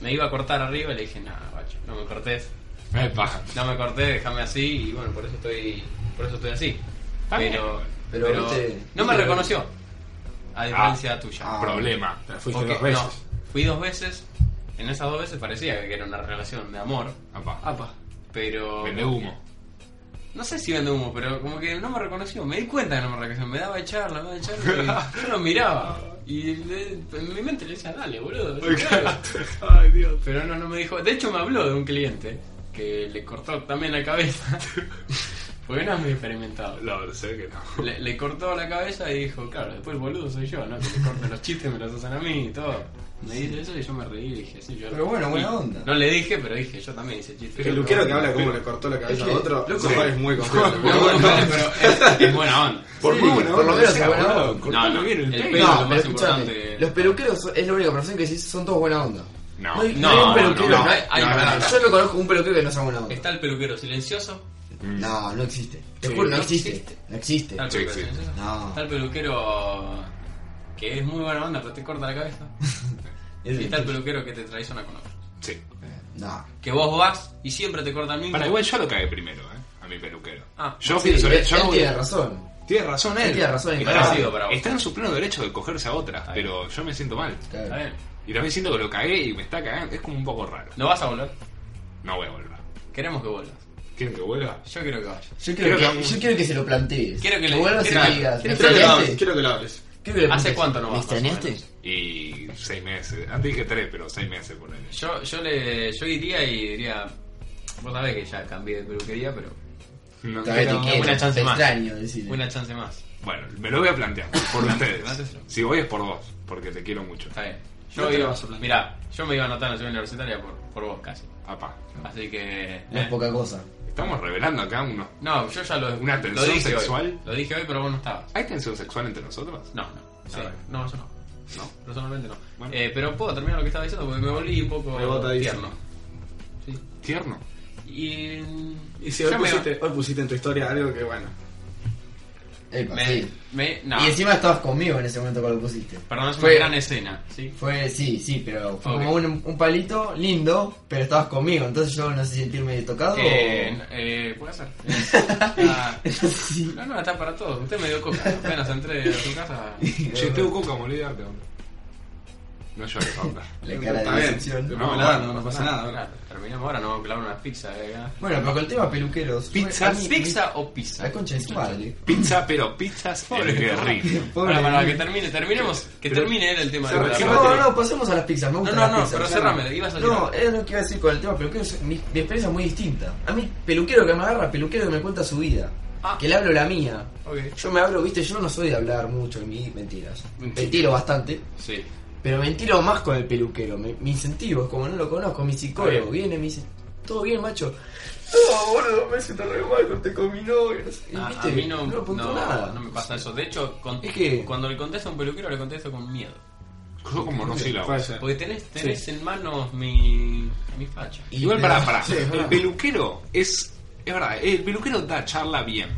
Speaker 4: me iba a cortar arriba y le dije, no, guacho, no me cortés.
Speaker 5: Epa.
Speaker 4: No me corté, déjame así y bueno, por eso estoy, por eso estoy así.
Speaker 5: Está bien.
Speaker 4: Pero,
Speaker 3: Pero
Speaker 4: pero
Speaker 3: viste-
Speaker 4: no me reconoció. A diferencia tuya.
Speaker 3: Ah.
Speaker 5: Problema.
Speaker 2: Pero Fuiste
Speaker 4: Ok,
Speaker 2: dos veces.
Speaker 4: no, fui dos veces. En esas dos veces parecía que era una relación de amor.
Speaker 5: Apa.
Speaker 4: Apa. Pero.
Speaker 5: Vende humo.
Speaker 4: No sé si vende humo, pero como que no me reconoció. Me di cuenta que no me reconoció. Me daba de charla, me daba de charla. y yo lo miraba. Y le- en mi mente le decía, dale, boludo. dale".
Speaker 5: Ay, Dios.
Speaker 4: Pero no, no me dijo. De hecho, me habló de un cliente que le cortó también la cabeza. Porque no es muy experimentado.
Speaker 5: No, sé que no.
Speaker 4: Le, le cortó la cabeza y dijo, claro, después el boludo soy yo, ¿no? Que me corto los chistes, me los hacen a mí y todo. Me dice eso y yo me reí y dije, sí, yo.
Speaker 3: Pero bueno, buena
Speaker 4: y-
Speaker 3: onda.
Speaker 4: No le dije, pero dije, yo también hice chistes.
Speaker 2: El luquero que habla como le cortó la cabeza a otro,
Speaker 4: loco, eh.
Speaker 2: eso es muy confiable.
Speaker 4: No, no, no, pero es, es buena onda.
Speaker 3: Por muy buena
Speaker 5: por lo
Speaker 3: onda,
Speaker 5: menos
Speaker 3: sea,
Speaker 5: es buena
Speaker 3: boludo.
Speaker 5: onda.
Speaker 4: No,
Speaker 5: Cortalo
Speaker 4: no,
Speaker 5: bien el
Speaker 4: el
Speaker 5: pelo.
Speaker 4: pelo.
Speaker 3: No,
Speaker 4: lo
Speaker 3: pero
Speaker 4: más
Speaker 3: escúchame.
Speaker 4: importante-
Speaker 3: Los peluqueros son- es la única profesión que sí son todos buena onda.
Speaker 5: No.
Speaker 3: hay-
Speaker 4: No,
Speaker 3: hay un
Speaker 4: no,
Speaker 3: peluquero.
Speaker 4: no, no, hay- hay-
Speaker 3: Yo no conozco un peluquero que no sea buena onda.
Speaker 4: Está el peluquero silencioso.
Speaker 3: No, no existe. Te
Speaker 4: Sí,
Speaker 3: juro, no
Speaker 4: no
Speaker 3: existe.
Speaker 4: existe.
Speaker 3: No existe.
Speaker 4: Está el
Speaker 5: Sí,
Speaker 4: peluquero
Speaker 5: sí.
Speaker 4: silencioso.
Speaker 3: No.
Speaker 4: Está el peluquero que es muy buena onda, pero te corta la cabeza.
Speaker 3: Es
Speaker 4: Y está el
Speaker 3: mentira.
Speaker 4: peluquero que te traiciona con otros.
Speaker 5: Sí.
Speaker 3: No.
Speaker 4: Que vos vas y siempre te cortan el mismo.
Speaker 5: Para igual yo lo cagué primero, ¿eh? A mi peluquero.
Speaker 4: Ah,
Speaker 5: yo
Speaker 3: Sí,
Speaker 5: pienso,
Speaker 3: él,
Speaker 5: yo
Speaker 3: él
Speaker 5: no voy-
Speaker 3: tiene razón.
Speaker 5: Tiene razón él.
Speaker 3: Él tiene razón.
Speaker 4: Y
Speaker 3: en
Speaker 4: para
Speaker 3: cada-
Speaker 4: sido para vos.
Speaker 5: Está en su pleno derecho de cogerse a otras,
Speaker 4: Ahí.
Speaker 5: pero yo me siento mal.
Speaker 3: Claro.
Speaker 4: Está bien.
Speaker 5: Y también siento que lo cagué y me está cagando. Es como un poco raro.
Speaker 4: No vas a volver.
Speaker 5: No voy a volver.
Speaker 4: Queremos que vuelvas.
Speaker 5: ¿Quieren que vuelva?
Speaker 4: Yo quiero que vayas.
Speaker 3: Yo quiero,
Speaker 5: Creo
Speaker 3: que,
Speaker 5: que-
Speaker 3: yo quiero que se lo plantees.
Speaker 4: Quiero que le-
Speaker 3: vuelvas y
Speaker 4: quiero-
Speaker 3: le digas.
Speaker 4: quiero
Speaker 3: ¿me
Speaker 4: que le-
Speaker 3: extrañaste?
Speaker 2: Quiero que lo hables.
Speaker 3: Quiero que le
Speaker 4: ¿Hace
Speaker 3: preguntes,
Speaker 4: cuánto no
Speaker 3: ¿Me
Speaker 4: vas, más o
Speaker 3: extrañaste?
Speaker 4: menos?
Speaker 5: Y seis meses. Antes dije tres, pero seis meses por ahí.
Speaker 4: Yo, yo le yo iría y diría. Vos sabés que ya cambié de peluquería, pero
Speaker 5: No,
Speaker 3: Todavía
Speaker 5: pero-
Speaker 3: te quiero.
Speaker 4: una chance
Speaker 3: te
Speaker 4: más.
Speaker 3: extraño decirle.
Speaker 4: una chance más.
Speaker 5: Bueno, me lo voy a plantear. Por ustedes.
Speaker 4: plántatelo.
Speaker 5: Si voy es por vos, porque te quiero mucho.
Speaker 4: Está bien.
Speaker 2: No
Speaker 4: Yo
Speaker 2: te lo
Speaker 4: iba,
Speaker 2: vas a plantear.
Speaker 4: mirá, yo me iba a anotar en la ciudad universitaria por, por vos casi.
Speaker 5: Apa.
Speaker 4: Así que.
Speaker 3: No es
Speaker 4: eh.
Speaker 3: poca cosa.
Speaker 5: Estamos revelando acá unos.
Speaker 4: No, yo ya lo,
Speaker 5: ¿Una
Speaker 4: lo
Speaker 5: tensión
Speaker 4: dije hoy.
Speaker 5: sexual?
Speaker 4: Lo dije hoy, pero vos no estabas.
Speaker 5: ¿Hay tensión sexual entre nosotros?
Speaker 4: No, no. Sí.
Speaker 5: ver.
Speaker 4: No, yo no. No, personalmente no.
Speaker 5: Bueno.
Speaker 4: Eh, pero puedo terminar lo que estaba diciendo porque me volví un poco
Speaker 2: Rebotadísimo.
Speaker 4: tierno. Sí.
Speaker 5: Tierno.
Speaker 4: Y.
Speaker 2: Y si hoy
Speaker 4: ya me-
Speaker 2: pusiste, hoy pusiste en tu historia algo que, bueno,
Speaker 3: Epa,
Speaker 4: Me,
Speaker 3: sí.
Speaker 4: me- no.
Speaker 3: Y encima estabas conmigo en ese momento cuando lo pusiste.
Speaker 4: Perdón, es una
Speaker 3: Fue-
Speaker 4: gran escena, ¿sí?
Speaker 3: Fue, sí, sí, pero fue
Speaker 4: Ok.
Speaker 3: como un, un palito lindo, pero estabas conmigo, entonces yo no sé sentirme tocado
Speaker 4: Eh, eh, puede ser. Ah, no, no, está para todos. Usted me dio coca. Apenas entré a su casa.
Speaker 5: Che, tengo coca, me olvidé de darte, onda. No llores, onda.
Speaker 3: o la cara de
Speaker 1: Está bien.
Speaker 3: decepción.
Speaker 1: No,
Speaker 5: bueno,
Speaker 1: no, no pasa nada,
Speaker 4: Claro, terminamos ahora, nos vamos a clavar unas pizzas. eh, acá.
Speaker 3: Bueno, pero con el tema peluqueros.
Speaker 5: Pizza,
Speaker 3: a mí-
Speaker 4: ¿Pizza o pizza?
Speaker 3: La concha de su madre.
Speaker 5: Pizza, pero pizzas el guerrero.
Speaker 3: Pobre
Speaker 4: Ahora, para
Speaker 3: mí.
Speaker 4: que termine, terminemos. Que
Speaker 5: Pero-
Speaker 4: termine era el tema
Speaker 5: Cerra-
Speaker 4: de
Speaker 5: cerra-
Speaker 3: No, no, pasemos a las pizzas. Me gustan
Speaker 4: No, no,
Speaker 3: las
Speaker 4: no,
Speaker 3: pizzas,
Speaker 4: pero
Speaker 3: claro.
Speaker 4: cerrame, ibas a decir
Speaker 3: No,
Speaker 4: algo.
Speaker 3: es lo que iba a decir con el tema peluquero. es- Mi, mi experiencia es muy distinta. A mí, peluquero que me agarra, peluquero que me cuenta su vida.
Speaker 4: Ah.
Speaker 3: Que le hablo la mía.
Speaker 4: Ok.
Speaker 3: Yo me hablo, viste, yo no soy de hablar mucho en mi mentiras.
Speaker 4: Mentira.
Speaker 3: Mentiro bastante.
Speaker 4: Sí.
Speaker 3: Pero me entero más con el peluquero, me, me incentivo, es como no lo conozco, mi psicólogo
Speaker 5: Está
Speaker 3: viene y me dice, ¿todo bien, macho? No, boludo, me siento re mal, corté con mi novio, no sé. Y,
Speaker 4: Ah, A,
Speaker 3: ¿viste?
Speaker 4: a mí no,
Speaker 3: no
Speaker 4: no,
Speaker 3: apuntó nada.
Speaker 4: no me pasa eso. De hecho, con-
Speaker 3: Es que-
Speaker 4: cuando le contesto a un peluquero, le contesto con miedo.
Speaker 5: Yo como no
Speaker 2: Puede ser.
Speaker 4: Porque tenés, tenés en manos mi, mi facha.
Speaker 3: Y-
Speaker 5: Igual pará, pará.
Speaker 2: Sí, es
Speaker 5: el
Speaker 2: verdad.
Speaker 5: peluquero es. Es verdad, el peluquero da charla bien.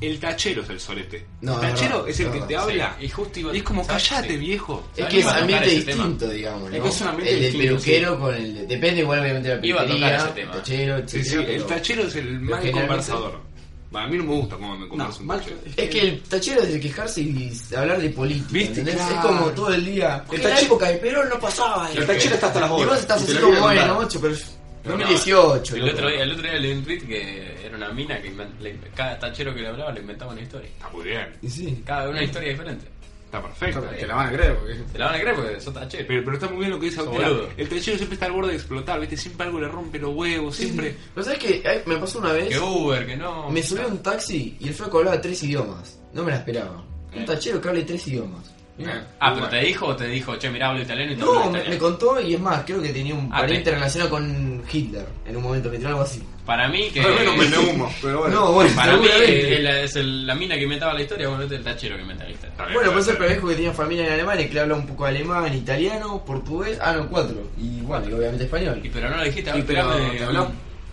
Speaker 5: El tachero es el solete.
Speaker 3: No,
Speaker 5: el
Speaker 3: es
Speaker 5: tachero
Speaker 3: verdad,
Speaker 5: es el
Speaker 3: es
Speaker 5: que te
Speaker 3: verdad,
Speaker 5: habla.
Speaker 4: sí. Y justo iba-
Speaker 5: es como,
Speaker 4: ¿sabes?
Speaker 5: callate,
Speaker 4: Sí.
Speaker 5: viejo.
Speaker 3: Es que es
Speaker 4: Iba a tocar
Speaker 3: ambiente
Speaker 4: ese tema.
Speaker 3: distinto, digamos, ¿no?
Speaker 5: Es que es un ambiente
Speaker 3: el del
Speaker 5: distinto,
Speaker 3: peluquero con el... de- Depende igual obviamente de la
Speaker 4: Iba a tocar
Speaker 3: peluquería,
Speaker 4: ese tema.
Speaker 3: tachero,
Speaker 5: Sí,
Speaker 3: etcétera,
Speaker 5: sí, el
Speaker 3: pero-
Speaker 5: tachero es el mal
Speaker 3: generalmente-
Speaker 5: conversador. Va, a mí no me gusta cómo me
Speaker 2: No,
Speaker 5: conversa un
Speaker 2: mal-
Speaker 5: tachero.
Speaker 3: Es que el tachero es el quejarse y hablar de política,
Speaker 5: ¿Viste?
Speaker 3: ¿entendés? Es
Speaker 2: Claro.
Speaker 3: como todo el día.
Speaker 2: El
Speaker 3: en la
Speaker 2: tachero-
Speaker 3: época de Perón no pasaba
Speaker 2: El
Speaker 3: esto.
Speaker 2: tachero está hasta las
Speaker 3: Y vos
Speaker 2: bolas.
Speaker 3: estás
Speaker 2: y
Speaker 3: así
Speaker 2: te lo
Speaker 3: como,
Speaker 2: quiero
Speaker 3: bueno,
Speaker 2: contar.
Speaker 3: macho, pero...
Speaker 4: No,
Speaker 3: 2018.
Speaker 4: El
Speaker 3: loco.
Speaker 4: otro, día, el otro día leí un tweet que era una mina que inven- le- cada tachero que le hablaba le inventaba una historia.
Speaker 5: Está muy bien.
Speaker 3: Y sí.
Speaker 4: Cada una historia diferente.
Speaker 5: Está perfecto.
Speaker 2: Te la van a creer, porque...
Speaker 4: Se la van a creer porque sos tachero.
Speaker 5: Pero, pero está muy bien lo que dice
Speaker 4: Sos
Speaker 5: Autela.
Speaker 4: boludo.
Speaker 5: El tachero siempre está al borde de explotar, ¿viste? Siempre algo le rompe los huevos, siempre.
Speaker 3: Pero sabes que ay, me pasó una vez,
Speaker 4: que Uber, que no.
Speaker 3: me subí a un taxi y el flaco hablaba tres idiomas. No me la esperaba. Un
Speaker 4: Eh.
Speaker 3: tachero que hable tres idiomas.
Speaker 5: Eh,
Speaker 4: Ah,
Speaker 5: bueno.
Speaker 4: pero te dijo o te dijo, che, mirá, hablo italiano y te hablo
Speaker 3: No, me,
Speaker 4: italiano.
Speaker 3: me contó y es más, creo que tenía un
Speaker 4: Ah,
Speaker 3: pariente
Speaker 4: te-
Speaker 3: relacionado con Hitler en un momento, me tiró algo así.
Speaker 4: Para mí que.
Speaker 2: Al menos me lo humo, pero bueno.
Speaker 3: No, bueno,
Speaker 4: Para mí
Speaker 3: seguramente.
Speaker 4: eh, la- es el- la mina que inventaba la historia, bueno, este es el tachero que inventa la historia.
Speaker 5: Está bien,
Speaker 3: Bueno,
Speaker 5: puede
Speaker 3: pues el
Speaker 5: ser.
Speaker 3: pendejo que tenía familia en Alemania, que le hablaba un poco alemán, italiano, portugués, ah no, cuatro. Y bueno, y obviamente
Speaker 4: Y
Speaker 3: español.
Speaker 4: pero no le dijiste, a ver,
Speaker 2: Y pero,
Speaker 4: esperame,
Speaker 2: ¿te habló?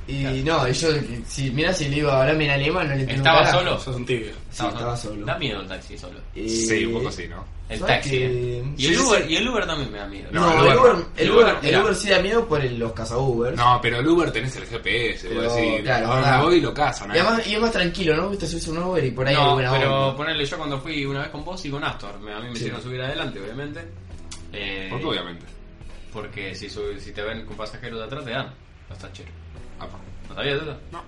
Speaker 3: Y no, y yo, si mirá si le iba a hablarme en alemán, no le entendía.
Speaker 4: ¿Estaba solo?
Speaker 2: Sos un tibio.
Speaker 3: Sí, estaba solo. Eh,
Speaker 4: Da miedo el taxi solo.
Speaker 5: Sí, un poco así, ¿no?
Speaker 4: El
Speaker 3: ¿Sabes
Speaker 4: taxi,
Speaker 3: que-
Speaker 4: eh. Y
Speaker 3: Sí,
Speaker 4: el
Speaker 3: sí,
Speaker 4: Uber, y el Uber también me da miedo.
Speaker 3: No,
Speaker 5: No,
Speaker 3: el
Speaker 5: el
Speaker 3: Uber,
Speaker 5: Uber-
Speaker 3: el
Speaker 4: el
Speaker 3: Uber,
Speaker 4: Uber,
Speaker 3: el
Speaker 4: mirá.
Speaker 3: Uber sí da miedo por el- los cazaubers.
Speaker 5: No, pero el Uber tenés el GPS,
Speaker 3: Pero,
Speaker 5: vos decís,
Speaker 3: claro,
Speaker 5: ahora
Speaker 3: verdad.
Speaker 5: voy y lo cazan. ¿eh?
Speaker 3: Y además, y es más tranquilo, ¿no? Viste, subís a un Uber y por ahí hay
Speaker 4: No,
Speaker 3: buena
Speaker 4: pero
Speaker 3: onda.
Speaker 4: ponerle yo cuando fui una vez con vos y con Astor, me- a mí me hicieron subir adelante, obviamente. Eh,
Speaker 5: Porque obviamente.
Speaker 4: Porque si, sub- si te ven con pasajeros de atrás te dan los tacheros.
Speaker 5: Apa.
Speaker 4: ¿No sabías de eso? No.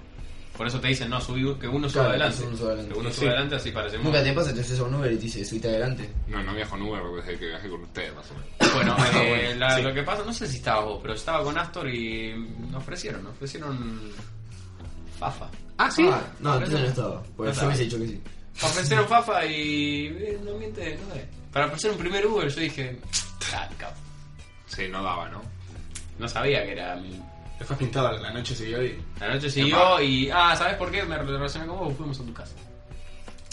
Speaker 4: Por eso te dicen, no, subí, que uno suba
Speaker 3: Claro,
Speaker 4: adelante.
Speaker 3: que uno suba adelante.
Speaker 4: Que uno
Speaker 3: Sí.
Speaker 4: suba adelante, así parecemos.
Speaker 3: Nunca te pasa, te subís a un Uber y te dice, subiste adelante.
Speaker 5: No, no viajo en Uber porque desde que viajé con ustedes, más o menos.
Speaker 4: Bueno,
Speaker 3: Ah,
Speaker 4: eh, la-
Speaker 5: Sí.
Speaker 4: lo que pasa, no sé si estabas vos, pero yo estaba con Astor y me ofrecieron, me ofrecieron Fafa.
Speaker 5: Ah,
Speaker 3: Ah, no, entonces no estaba. Porque
Speaker 4: No
Speaker 3: yo
Speaker 4: estaba.
Speaker 3: hubiese dicho que sí.
Speaker 4: Me ofrecieron Fafa y eh, un ambiente, no sé. Para ofrecer un primer Uber yo dije, "Ah, capo".
Speaker 5: Sí, no daba, ¿no?
Speaker 4: no sabía que era mi...
Speaker 2: Después pintado la noche siguió y...
Speaker 4: La noche siguió y... Ah, ¿sabes por qué? Me relacioné con vos, fuimos a tu casa.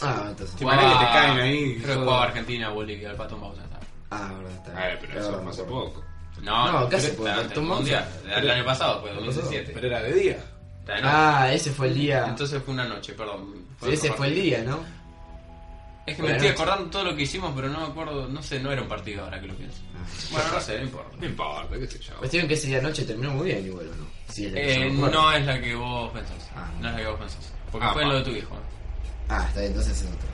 Speaker 3: Ah, entonces.
Speaker 2: Te imaginas que te
Speaker 4: Jugaba-
Speaker 2: caen ahí,
Speaker 4: Creo que
Speaker 2: todo.
Speaker 4: jugaba Argentina, Bolivia, el Pato Bausa. ¿sabes?
Speaker 3: Ah, verdad, está.
Speaker 5: A ver, Eh, pero
Speaker 3: Ahora
Speaker 5: eso
Speaker 3: me
Speaker 5: fue hace
Speaker 3: acuerdo.
Speaker 5: poco.
Speaker 4: No,
Speaker 3: No, casi
Speaker 4: pero
Speaker 3: por
Speaker 4: está-
Speaker 3: el
Speaker 4: está-
Speaker 3: Tom
Speaker 4: un día,
Speaker 3: Bausa.
Speaker 4: El año pasado, fue 2017.
Speaker 2: Pero era de día.
Speaker 4: Está, ¿no?
Speaker 3: Ah, ese fue el día.
Speaker 4: Entonces fue una noche, perdón.
Speaker 3: Sí, ese fue el día, ¿no?
Speaker 4: Es que
Speaker 3: Fue
Speaker 4: me
Speaker 3: la
Speaker 4: estoy
Speaker 3: noche.
Speaker 4: acordando todo lo que hicimos, pero no me acuerdo, no sé, no era un partido ahora que lo pienso.
Speaker 3: Ah.
Speaker 4: Bueno, no sé, no importa.
Speaker 5: No importa, qué sé yo.
Speaker 3: Cuestión que ese día noche terminó muy bien igual, ¿o no? Sí, es la que yo
Speaker 4: Eh,
Speaker 3: me acuerdo.
Speaker 4: no es la que vos pensás.
Speaker 3: Ah.
Speaker 4: No es la que vos pensás. Porque
Speaker 5: Ah,
Speaker 4: fue en
Speaker 5: pa.
Speaker 4: lo de tu hijo.
Speaker 3: Ah, está bien, entonces es otro.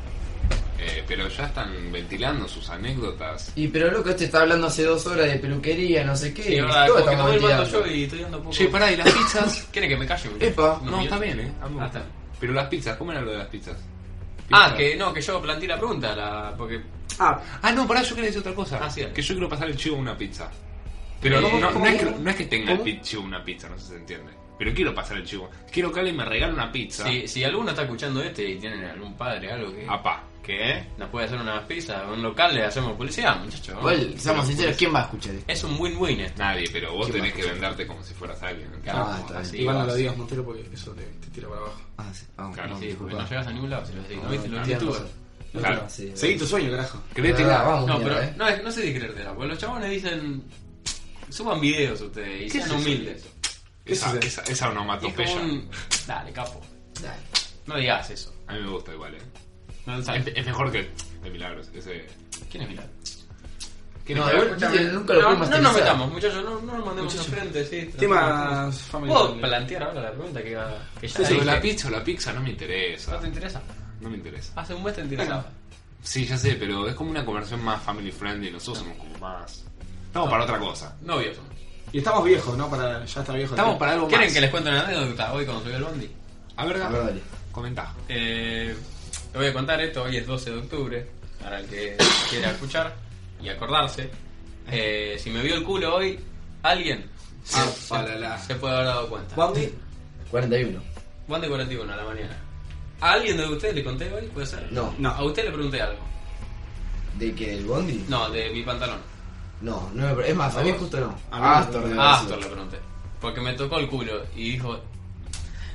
Speaker 5: Eh, pero ya están ventilando sus anécdotas.
Speaker 3: Y pero loco, este está hablando hace dos horas de peluquería, no sé qué.
Speaker 4: Sí,
Speaker 3: y
Speaker 4: verdad,
Speaker 3: todo
Speaker 4: como que
Speaker 3: estamos
Speaker 4: todo el mando
Speaker 3: tirando.
Speaker 4: yo y estoy dando poco.
Speaker 5: Che, pará, ¿y las pizzas?
Speaker 4: ¿Quiere que me calle? boludo?
Speaker 3: Epa,
Speaker 4: ¿Unos
Speaker 5: no, está
Speaker 4: minutos?
Speaker 5: bien, ¿eh? A mí me
Speaker 4: Ah,
Speaker 5: gusta.
Speaker 4: está.
Speaker 5: Pero las pizzas, ¿cómo era lo de las pizzas?
Speaker 4: Ah,
Speaker 5: Pizza.
Speaker 4: que no, que yo planteé la pregunta, la, porque
Speaker 2: Ah,
Speaker 5: Ah, no, pará, yo quería decir otra cosa.
Speaker 4: Ah, sí, dale.
Speaker 5: que yo quiero pasar el chivo a una pizza. Pero no,
Speaker 4: Eh,
Speaker 5: no-
Speaker 4: ¿cómo?
Speaker 5: no es que, no es que tenga
Speaker 3: ¿Cómo?
Speaker 5: el pi- chivo una pizza, no sé si se entiende. Pero quiero pasar el chivo. Quiero que alguien me regale una pizza.
Speaker 4: si, si alguno está escuchando este y tienen algún padre algo que,
Speaker 5: Apá.
Speaker 4: que nos puede hacer una pizza, un local le hacemos publicidad, muchachos.
Speaker 3: Igual, seamos sinceros, ¿quién va a escuchar esto?
Speaker 4: Es un win-win esto.
Speaker 5: Nadie, pero vos
Speaker 3: ¿Quién
Speaker 5: tenés
Speaker 3: más?
Speaker 5: que venderte como si fueras alguien. ¿entendés?
Speaker 4: Claro,
Speaker 3: Ah, está bien.
Speaker 4: así
Speaker 2: igual no
Speaker 4: vas.
Speaker 2: lo digas, Montero, porque eso te, te tira para abajo.
Speaker 3: Ah, sí, ah,
Speaker 5: Claro,
Speaker 4: Sí,
Speaker 3: no,
Speaker 4: porque
Speaker 3: disculpa.
Speaker 4: no llegas a ningún lado si lo decís.
Speaker 3: Ah,
Speaker 4: ¿No viste los
Speaker 3: tienes
Speaker 4: youtubers?
Speaker 3: razón. No,
Speaker 5: Claro.
Speaker 3: no, sí,
Speaker 2: Seguí tu sueño, carajo.
Speaker 5: Créetela.
Speaker 3: Ah, vamos,
Speaker 4: No,
Speaker 3: mierda,
Speaker 4: pero
Speaker 3: eh.
Speaker 4: no, es- no sé si creértela, porque los chabones dicen. Suban videos ustedes y
Speaker 5: ¿Qué
Speaker 4: sean
Speaker 5: es eso?
Speaker 4: humildes.
Speaker 5: Esa,
Speaker 2: Eso sí.
Speaker 5: esa, esa
Speaker 4: Y es como
Speaker 5: onomatopeya.
Speaker 4: un. Dale, capo.
Speaker 3: Dale.
Speaker 4: No digas eso.
Speaker 5: A mí me gusta igual, ¿eh?
Speaker 4: No lo
Speaker 5: Es,
Speaker 4: sabes.
Speaker 5: es mejor que de Milagros. Ese.
Speaker 4: ¿Quién es Milagro?
Speaker 5: ¿Quién
Speaker 3: No,
Speaker 5: es
Speaker 3: igual
Speaker 5: Milagros?
Speaker 3: Dicen, nunca lo
Speaker 4: No,
Speaker 3: pude
Speaker 4: no nos
Speaker 3: masterizar.
Speaker 4: metamos, muchachos, no, no nos mandemos al frente, sí.
Speaker 2: Temas familiares.
Speaker 4: ¿Puedo plantear ahora la pregunta que, iba- que ya
Speaker 5: Eso,
Speaker 4: dije?
Speaker 5: la pizza o la pizza no me
Speaker 4: ¿No
Speaker 5: interesa.
Speaker 4: te interesa?
Speaker 5: No me interesa.
Speaker 4: Hace un mes te interesaba.
Speaker 5: Sí, ya sé, pero es como una conversión más family friendly. Nosotros somos como más. Estamos para otra cosa.
Speaker 4: Novios somos.
Speaker 2: Y estamos viejos, ¿no? Para, ya está viejo. el
Speaker 5: Estamos
Speaker 2: tema.
Speaker 5: para algo
Speaker 4: ¿Quieren
Speaker 5: más.
Speaker 4: que les cuente una anécdota hoy cuando subió el bondi?
Speaker 5: A ver,
Speaker 3: A ver, dale.
Speaker 5: Comentá.
Speaker 4: Eh, te voy a contar esto, hoy es 12 de octubre, para el que quiera escuchar y acordarse. Eh, si me vio el culo hoy, alguien se,
Speaker 2: Ah,
Speaker 4: se-
Speaker 2: palala.
Speaker 4: se puede haber dado cuenta.
Speaker 2: Bondi,
Speaker 3: 41.
Speaker 4: Juan de 41 a la mañana. ¿A alguien de ustedes le conté hoy? ¿Puede ser?
Speaker 3: No.
Speaker 2: No.
Speaker 4: ¿A usted le pregunté algo?
Speaker 3: ¿De que el Bondi?
Speaker 4: No, de mi pantalón.
Speaker 3: No, no me pre- Es más, a mí justo no.
Speaker 2: A mí no.
Speaker 3: debe
Speaker 4: A
Speaker 3: haber
Speaker 4: Ah, Astor le pregunté. Porque me tocó el culo y dijo...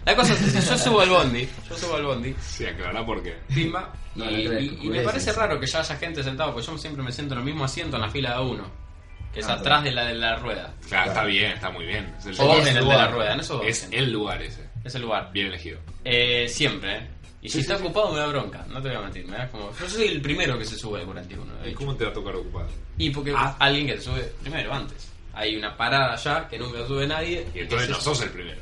Speaker 4: La cosa es que si yo subo al bondi, yo subo al bondi,
Speaker 5: Sí, aclará porque.
Speaker 4: Pimba.
Speaker 3: No,
Speaker 4: y,
Speaker 3: no creo,
Speaker 4: y- y me
Speaker 3: es
Speaker 4: parece
Speaker 3: eso.
Speaker 4: raro que ya haya gente sentada, porque yo siempre me siento en el mismo asiento en la fila de uno, que es
Speaker 3: Ah,
Speaker 4: atrás de la de la rueda.
Speaker 5: Claro, está bien, está muy bien. Es el,
Speaker 4: O
Speaker 5: es
Speaker 4: en el de
Speaker 5: lugar.
Speaker 4: la rueda, en eso
Speaker 5: Es el lugar ese.
Speaker 4: ese lugar.
Speaker 5: Bien elegido.
Speaker 4: Eh, siempre, ¿eh? Y si está ocupado me da bronca, no te voy a mentir, me da como... Yo soy el primero que se sube al 41, de
Speaker 5: ¿Y
Speaker 4: hecho.
Speaker 5: cómo te va a tocar ocupado?
Speaker 4: ¿eh? Y porque
Speaker 5: Ah.
Speaker 4: alguien que se sube primero, antes. Hay una parada allá que nunca sube nadie.
Speaker 5: Y entonces
Speaker 4: que
Speaker 5: no
Speaker 4: se-
Speaker 5: sos el primero.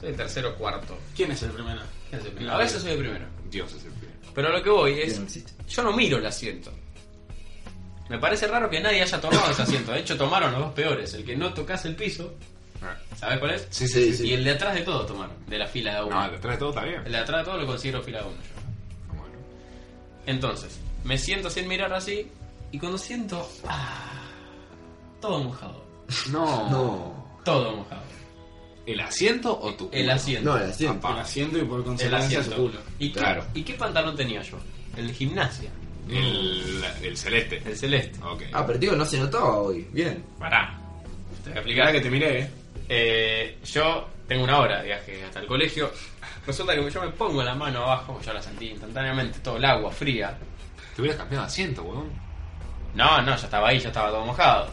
Speaker 4: Soy el tercero o cuarto.
Speaker 2: ¿quién es el primero?
Speaker 4: ¿Quién es el primero? A veces soy el primero.
Speaker 5: Dios es el primero.
Speaker 4: Pero a lo que voy
Speaker 3: sido.
Speaker 4: es...
Speaker 3: No existe.
Speaker 4: Yo no miro el asiento. Me parece raro que nadie haya tomado ese asiento. De hecho, tomaron los dos peores. El que no tocas el piso,
Speaker 5: Ah,
Speaker 4: ¿sabes cuál es?
Speaker 5: Sí, sí, sí.
Speaker 4: Y el de atrás de todo tomaron, de la fila de uno.
Speaker 5: No, detrás de todo está bien.
Speaker 4: El de atrás de todo lo considero fila de uno yo.
Speaker 5: Ah, Bueno.
Speaker 4: Entonces, me siento sin mirar así y cuando siento... ah, todo mojado.
Speaker 5: No.
Speaker 3: No.
Speaker 4: Todo mojado.
Speaker 5: ¿El asiento o tu
Speaker 4: El
Speaker 5: culo?
Speaker 4: asiento.
Speaker 3: No, era así.
Speaker 5: Papá.
Speaker 2: El asiento y por
Speaker 4: el
Speaker 2: consecuencia su
Speaker 4: asiento.
Speaker 2: culo.
Speaker 4: ¿Y, qué,
Speaker 5: Claro.
Speaker 4: ¿Y qué pantalón tenía yo? El de gimnasia.
Speaker 5: El, el celeste.
Speaker 4: El celeste.
Speaker 5: Ok.
Speaker 3: Ah, pero digo, no se notaba hoy. Bien.
Speaker 4: Pará. Te voy a explicar.
Speaker 2: Mirá que te miré, eh.
Speaker 4: Eh, yo tengo una hora de viaje hasta el colegio. Resulta que yo me pongo la mano abajo, yo la sentí instantáneamente, todo el agua fría.
Speaker 5: Te hubieras cambiado de asiento, weón.
Speaker 4: No, no, ya estaba ahí, ya estaba todo mojado.